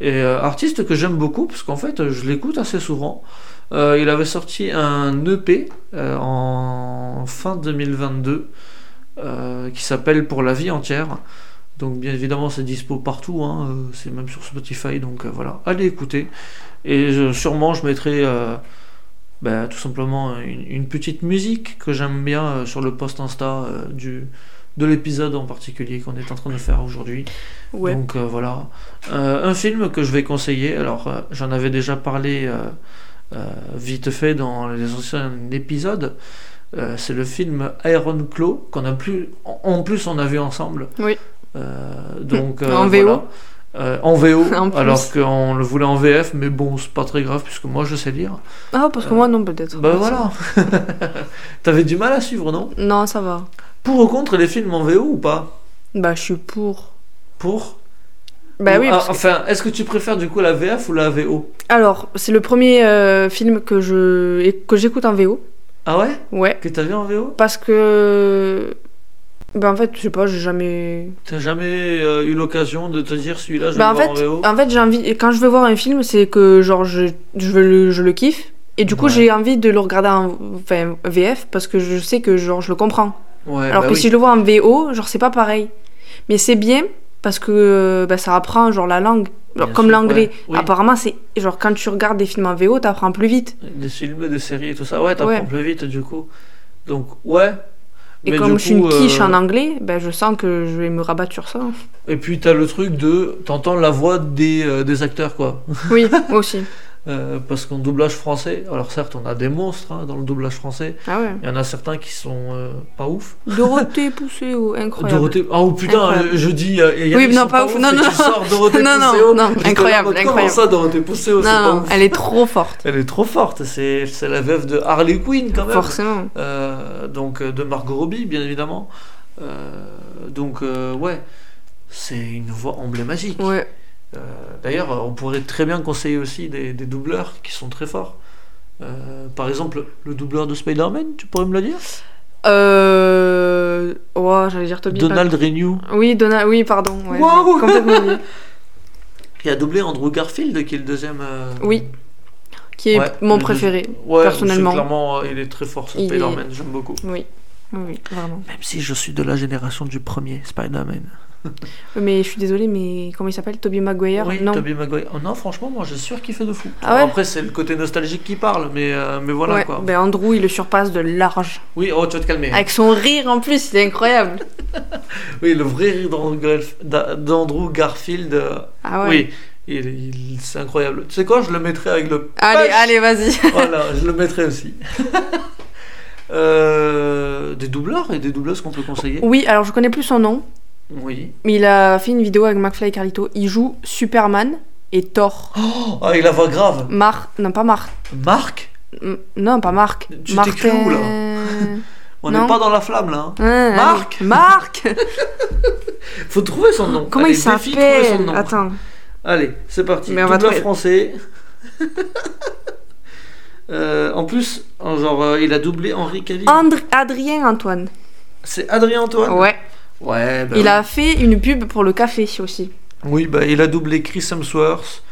A: Et euh, artiste que j'aime beaucoup, parce qu'en fait je l'écoute assez souvent. Euh, il avait sorti un EP euh, en fin 2022 euh, qui s'appelle Pour la vie entière. Donc bien évidemment c'est dispo partout, hein, euh, c'est même sur Spotify, donc euh, voilà, allez écouter. Et je- sûrement je mettrai euh, bah, tout simplement une, une petite musique que j'aime bien euh, sur le post Insta euh, du, de l'épisode en particulier qu'on est en train de faire aujourd'hui.
B: Ouais.
A: Donc euh, voilà. Euh, un film que je vais conseiller, alors euh, j'en avais déjà parlé euh, euh, vite fait dans les anciens épisodes, Euh, c'est le film Iron Claw, qu'on a plus, en- en plus on a vu ensemble.
B: Oui.
A: Euh, donc,
B: En
A: euh,
B: VO.
A: voilà. Euh, en VO,
B: En plus.
A: alors qu'on le voulait en VF, mais bon, c'est pas très grave puisque moi je sais lire.
B: Ah, parce que
A: Euh,
B: moi, non, peut-être.
A: Bah voilà T'avais du mal à suivre, non
B: Non, ça va.
A: Pour ou contre les films en VO ou pas
B: Bah, je suis pour.
A: Pour
B: Bah oui,
A: Ah,
B: parce que-
A: Enfin, est-ce que tu préfères du coup la VF ou la VO
B: Alors, c'est le premier euh, film que je et que j'écoute en VO.
A: Ah ouais
B: Ouais,
A: Que t'as vu en VO
B: parce que ben en fait, je sais pas, j'ai jamais
A: T'as jamais euh, eu l'occasion de te dire celui-là, je
B: Ben, en
A: vais
B: fait,
A: le voir en VO
B: en fait, j'ai envie et quand je veux voir un film, c'est que genre je je veux le, je le kiffe et du coup,
A: Ouais.
B: j'ai envie de le regarder en enfin, VF parce que je sais que genre je le comprends.
A: Ouais,
B: Alors
A: bah
B: que
A: oui.
B: si je le vois en VO, genre c'est pas pareil. Mais c'est bien parce que euh, bah, ça apprend genre la langue, genre,
A: Bien
B: comme
A: sûr,
B: l'anglais.
A: ouais. Oui.
B: Apparemment, c'est genre quand tu regardes des films en VO, t'apprends plus vite.
A: Des films, des séries et tout ça, ouais, t'apprends
B: Ouais.
A: plus vite du coup. Donc, ouais.
B: Et
A: Mais
B: comme
A: du
B: je suis une
A: coup,
B: quiche
A: euh,
B: en anglais, ben je sens que je vais me rabattre sur ça.
A: Et puis t'as le truc de. T'entends la voix des, euh, des acteurs quoi.
B: Oui, moi aussi.
A: Euh, parce qu'en doublage français, alors certes on a des monstres hein, dans le doublage français,
B: Ah ouais.
A: il y en a certains qui sont euh, pas ouf.
B: Dorothée Pousseau, incroyable.
A: Dorothée. Ah, Oh putain,
B: Incroyable.
A: euh, je dis. euh, il y en a
B: Oui,
A: qui
B: non,
A: sont
B: pas ouf.
A: ouf
B: Non,
A: et
B: non,
A: tu sors Dorothée
B: Non, non,
A: Pousseau,
B: non,
A: j'étais là en
B: incroyable,
A: mode, oh, Comment
B: incroyable.
A: ça, Dorothée Pousseau c'est pas
B: Non, non,
A: ouf.
B: elle est trop forte.
A: Elle est trop forte, c'est c'est la veuve de Harley Quinn quand même.
B: Forcément.
A: Euh, donc euh, de Margot Robbie, bien évidemment. Euh, donc euh, ouais, c'est une voix emblématique.
B: Ouais.
A: Euh, D'ailleurs, on pourrait très bien conseiller aussi des, des doubleurs qui sont très forts. Euh, par exemple, le doubleur de Spider-Man, tu pourrais me le dire
B: Euh. Oh, j'allais dire Toby.
A: Donald Renew,
B: Parker. Oui, Donald. Oui, pardon. Ouais,
A: Wow.
B: j'ai Complètement oublié.
A: qui a doublé Andrew Garfield, qui est le deuxième. euh,
B: Oui. Qui est
A: Ouais, Mm-hmm.
B: mon
A: le-
B: préféré.
A: Ouais,
B: personnellement.
A: c'est clairement, euh, il est très fort, ce
B: Il est-
A: Spider-Man, j'aime beaucoup.
B: Oui. Oui, oui, vraiment.
A: Même si je suis de la génération du premier Spider-Man.
B: Mais je suis désolée, mais comment il s'appelle Toby Maguire
A: Oui,
B: Non.
A: Tobey Maguire. Oh non, franchement, moi, j'ai sûr kiffé de fou.
B: Ah ouais
A: Après, c'est le côté nostalgique qui parle, mais, euh, mais voilà
B: ouais,
A: quoi.
B: ben Andrew, il le surpasse de large.
A: Oui, oh, tu vas te calmer.
B: Avec son rire en plus, il est incroyable.
A: Oui, le vrai rire d'Andrew Garf- d'A- d'Andrew Garfield. euh,
B: Ah ouais.
A: Oui, il, il- c'est incroyable. Tu sais quoi, je le mettrai avec le.
B: Allez,
A: punch.
B: allez, vas-y.
A: Voilà, je le mettrai aussi. Euh, des doubleurs et des doubleuses qu'on peut conseiller.
B: Oui, alors je connais plus son nom,
A: Oui.
B: mais il a fait une vidéo avec McFly et Carlito. Il joue Superman et Thor.
A: Oh, ah, il a voix grave.
B: Mar... Non, pas Marc.
A: Marc,
B: M- Non, pas Marc.
A: Tu t'es cru où, là on
B: Non.
A: n'est pas dans la flamme là. hein.
B: Hein,
A: Marc
B: allez. Marc
A: Faut trouver son nom.
B: Comment
A: Allez,
B: il
A: défi, trouver son
B: s'appelle
A: nom.
B: Attends.
A: Allez, c'est parti.
B: Mais on va
A: Doubleur
B: trouver.
A: français. Euh, en plus, en genre, euh, il a doublé Henri Cavill.
B: Andr- Adrien Antoine.
A: C'est Adrien Antoine.
B: Ouais.
A: Ouais, bah
B: Il
A: oui.
B: a fait une pub pour le café aussi.
A: Oui, bah, il a doublé Chris Hemsworth,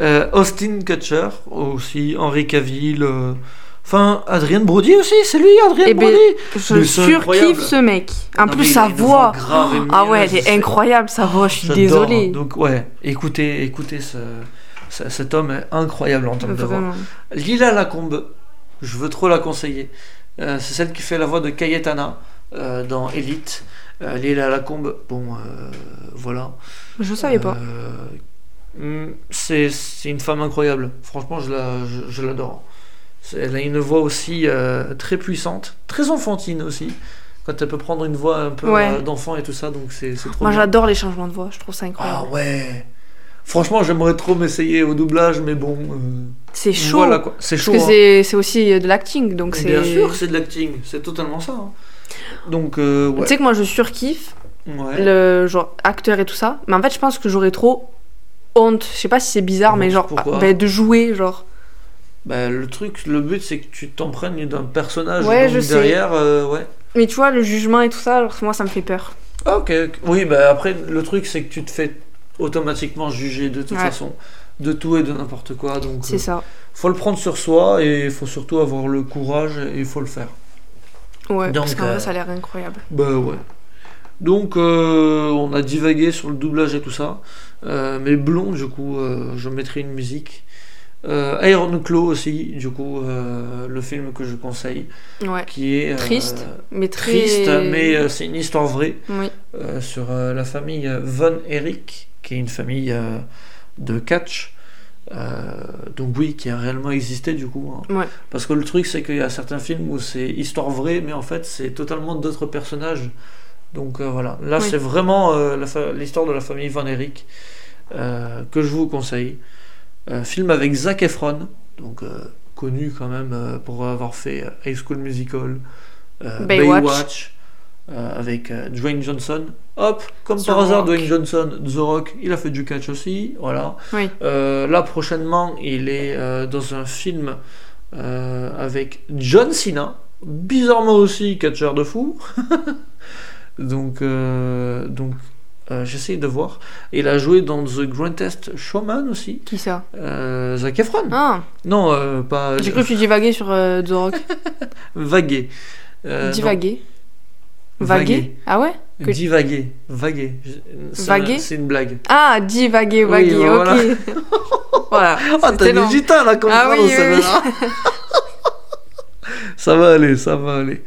A: euh, Austin Kutcher aussi, Henri Cavill. euh, Enfin, Adrien Brody aussi, c'est lui, Adrien
B: Eh ben,
A: Brody.
B: Je
A: Mais c'est incroyable.
B: surkiffe ce mec. En
A: Non,
B: plus,
A: mais il a
B: sa
A: une
B: voix.
A: grave et
B: Ah ouais,
A: mielleuse,
B: elle est
A: c'est-
B: incroyable sa voix, je suis
A: J'adore.
B: désolée.
A: Donc ouais, écoutez, écoutez ce, ce- cet homme est incroyable en termes de voix.
B: Vraiment.
A: Lila Lacombe, je veux trop la conseiller. Euh, c'est celle qui fait la voix de Cayetana euh, dans Elite. aller à la combe. Bon, euh, voilà.
B: Je savais pas.
A: Euh, mm, c'est c'est une femme incroyable. Franchement, je la- je- je l'adore. C'est- elle a une voix aussi euh, très puissante, très enfantine aussi. Quand elle peut prendre une voix un peu
B: Ouais.
A: euh, d'enfant et tout ça, donc c'est c'est trop
B: Moi,
A: bien.
B: j'adore les changements de voix. Je trouve ça
A: Ah
B: incroyable.
A: ouais. Franchement, j'aimerais trop m'essayer au doublage, mais bon. euh,
B: C'est chaud.
A: Voilà quoi. C'est chaud.
B: Parce que
A: hein.
B: c'est- c'est aussi euh, de l'acting, donc c'est.
A: Bien sûr, c'est de l'acting. C'est totalement ça. hein. Donc euh, ouais.
B: Tu sais que moi je surkiffe
A: Ouais.
B: le genre acteur et tout ça, mais en fait je pense que j'aurais trop honte. Je sais pas si c'est bizarre, mais
A: Honte,
B: genre
A: pourquoi
B: ben, de jouer, genre.
A: Bah, le truc, le but, c'est que tu t'emprègnes d'un personnage
B: Ouais,
A: donc
B: je sais.
A: derrière. euh, ouais.
B: Mais tu vois le jugement et tout ça, alors, moi ça me fait peur.
A: Ah, ok, ok. Oui, bah après, le truc, c'est que tu te fais automatiquement juger de toute
B: Ouais.
A: façon, de tout et de n'importe quoi. Donc,
B: C'est
A: euh,
B: ça.
A: faut le prendre sur soi et il faut surtout avoir le courage et il faut le faire.
B: Ouais.
A: donc,
B: parce qu'en
A: euh,
B: vrai ça a l'air incroyable.
A: Bah ouais. Donc, euh, on a divagué sur le doublage et tout ça. Euh, mais Blond, du coup, euh, je mettrai une musique. Euh, Iron Claw aussi, du coup, euh, le film que je conseille,
B: Ouais.
A: qui est euh,
B: Triste, mais très.
A: triste, mais euh, c'est une histoire vraie
B: Oui.
A: euh, sur euh, la famille euh, Von Erich, qui est une famille euh, de catch. Euh, donc oui, qui a réellement existé du coup. hein.
B: Ouais.
A: Parce que le truc, c'est qu'il y a certains films où c'est histoire vraie, mais en fait, c'est totalement d'autres personnages. Donc euh, voilà, là,
B: Oui.
A: c'est vraiment euh, la fa- l'histoire de la famille Von Erich euh, que je vous conseille. Euh, film avec Zac Efron, donc euh, connu quand même euh, pour avoir fait euh, High School Musical, euh,
B: Baywatch.
A: Baywatch, euh, avec euh, Dwayne Johnson. Hop, comme
B: The
A: par hasard,
B: Rock.
A: Dwayne Johnson, The Rock, il a fait du catch aussi, voilà.
B: Oui.
A: Euh, là, prochainement, il est euh, dans un film euh, avec John Cena, bizarrement aussi catcheur de fou. donc, euh, donc euh, j'essaye de voir. Il a joué dans The Greatest Showman aussi,
B: Qui ça
A: euh, Zac Efron.
B: Ah.
A: Non, euh, pas
B: J'ai cru que tu divaguais sur euh, The Rock.
A: Vagué. Euh, non,
B: Divaguer.
A: Vaguer.
B: Vaguer. Ah ouais que-
A: Divaguer. Vaguer. Je- c'est
B: Vaguer
A: un- C'est une blague.
B: Ah, divaguer,
A: Oui,
B: vaguer,
A: bah voilà.
B: ok. voilà.
A: Ah, t'as
B: C'était long.
A: des gitans là comme
B: Ah
A: ça,
B: oui,
A: dans
B: oui,
A: celle-là. ça va aller, ça va aller.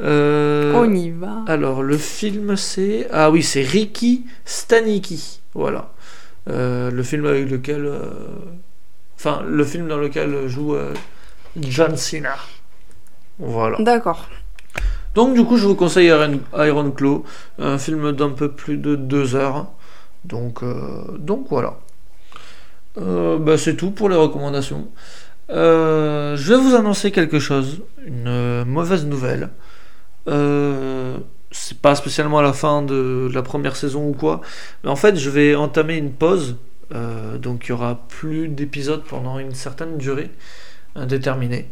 A: Euh,
B: On y va.
A: Alors, le film, c'est. Ah oui, c'est Ricky Stanicki. Voilà. Euh, le film avec lequel. euh, Enfin, le film dans lequel joue euh, John Cena. Voilà.
B: D'accord.
A: Donc, du coup, je vous conseille Iron, Iron Claw, un film d'un peu plus de deux heures. Donc, euh, donc voilà. Euh, bah, c'est tout pour les recommandations. Euh, je vais vous annoncer quelque chose, une euh, mauvaise nouvelle. Euh, c'est pas spécialement à la fin de la première saison ou quoi, mais en fait, je vais entamer une pause. Euh, donc, il y aura plus d'épisodes pendant une certaine durée indéterminée.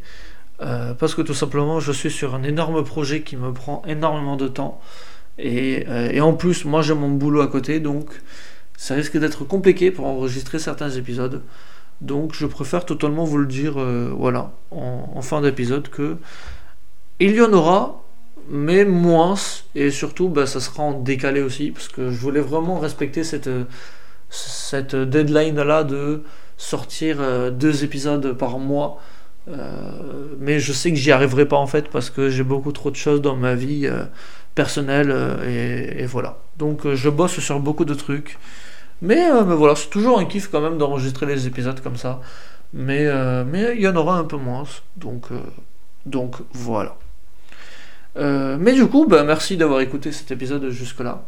A: Euh, parce que tout simplement, je suis sur un énorme projet qui me prend énormément de temps. Et, euh, et en plus, moi j'ai mon boulot à côté, donc ça risque d'être compliqué pour enregistrer certains épisodes. Donc je préfère totalement vous le dire euh, voilà, en, en fin d'épisode que il y en aura, mais moins. Et surtout, bah, ça sera en décalé aussi, parce que je voulais vraiment respecter cette, euh, cette deadline-là de sortir euh, deux épisodes par mois. Euh, mais je sais que j'y arriverai pas en fait parce que j'ai beaucoup trop de choses dans ma vie euh, personnelle euh, et, et voilà. Donc euh, je bosse sur beaucoup de trucs. Mais, euh, mais voilà, c'est toujours un kiff quand même d'enregistrer les épisodes comme ça. Mais euh, mais il y en aura un peu moins. Donc, euh, donc voilà. Euh, mais du coup, bah, merci d'avoir écouté cet épisode jusque-là.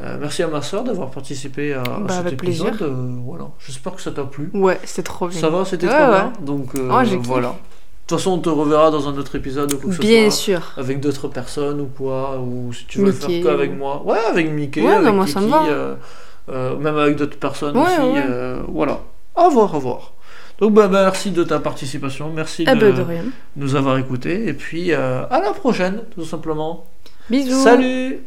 A: Euh, merci à ma soeur d'avoir participé à, à
B: Bah,
A: cet
B: avec plaisir.
A: épisode. Euh, voilà. J'espère que ça t'a plu.
B: Ouais, c'était trop bien.
A: Ça va, c'était
B: Ouais,
A: trop
B: ouais.
A: bien. Donc euh,
B: Oh, j'ai kiffé.
A: voilà. De toute façon, on te reverra dans un autre épisode ou quoi que ce
B: Bien
A: soit,
B: sûr.
A: Avec d'autres personnes ou quoi, ou si tu veux
B: Mickey.
A: faire qu'avec moi. Ouais, avec Mickey,
B: Ouais,
A: avec
B: non, moi, ça me
A: Kiki,
B: va.
A: euh, euh, même avec d'autres personnes
B: Ouais,
A: aussi.
B: ouais.
A: euh, voilà. Au revoir, au revoir. Donc bah, bah, merci de ta participation, merci
B: Ah
A: de,
B: bah de rien.
A: nous avoir écoutés, et puis euh, à la prochaine, tout simplement.
B: Bisous.
A: Salut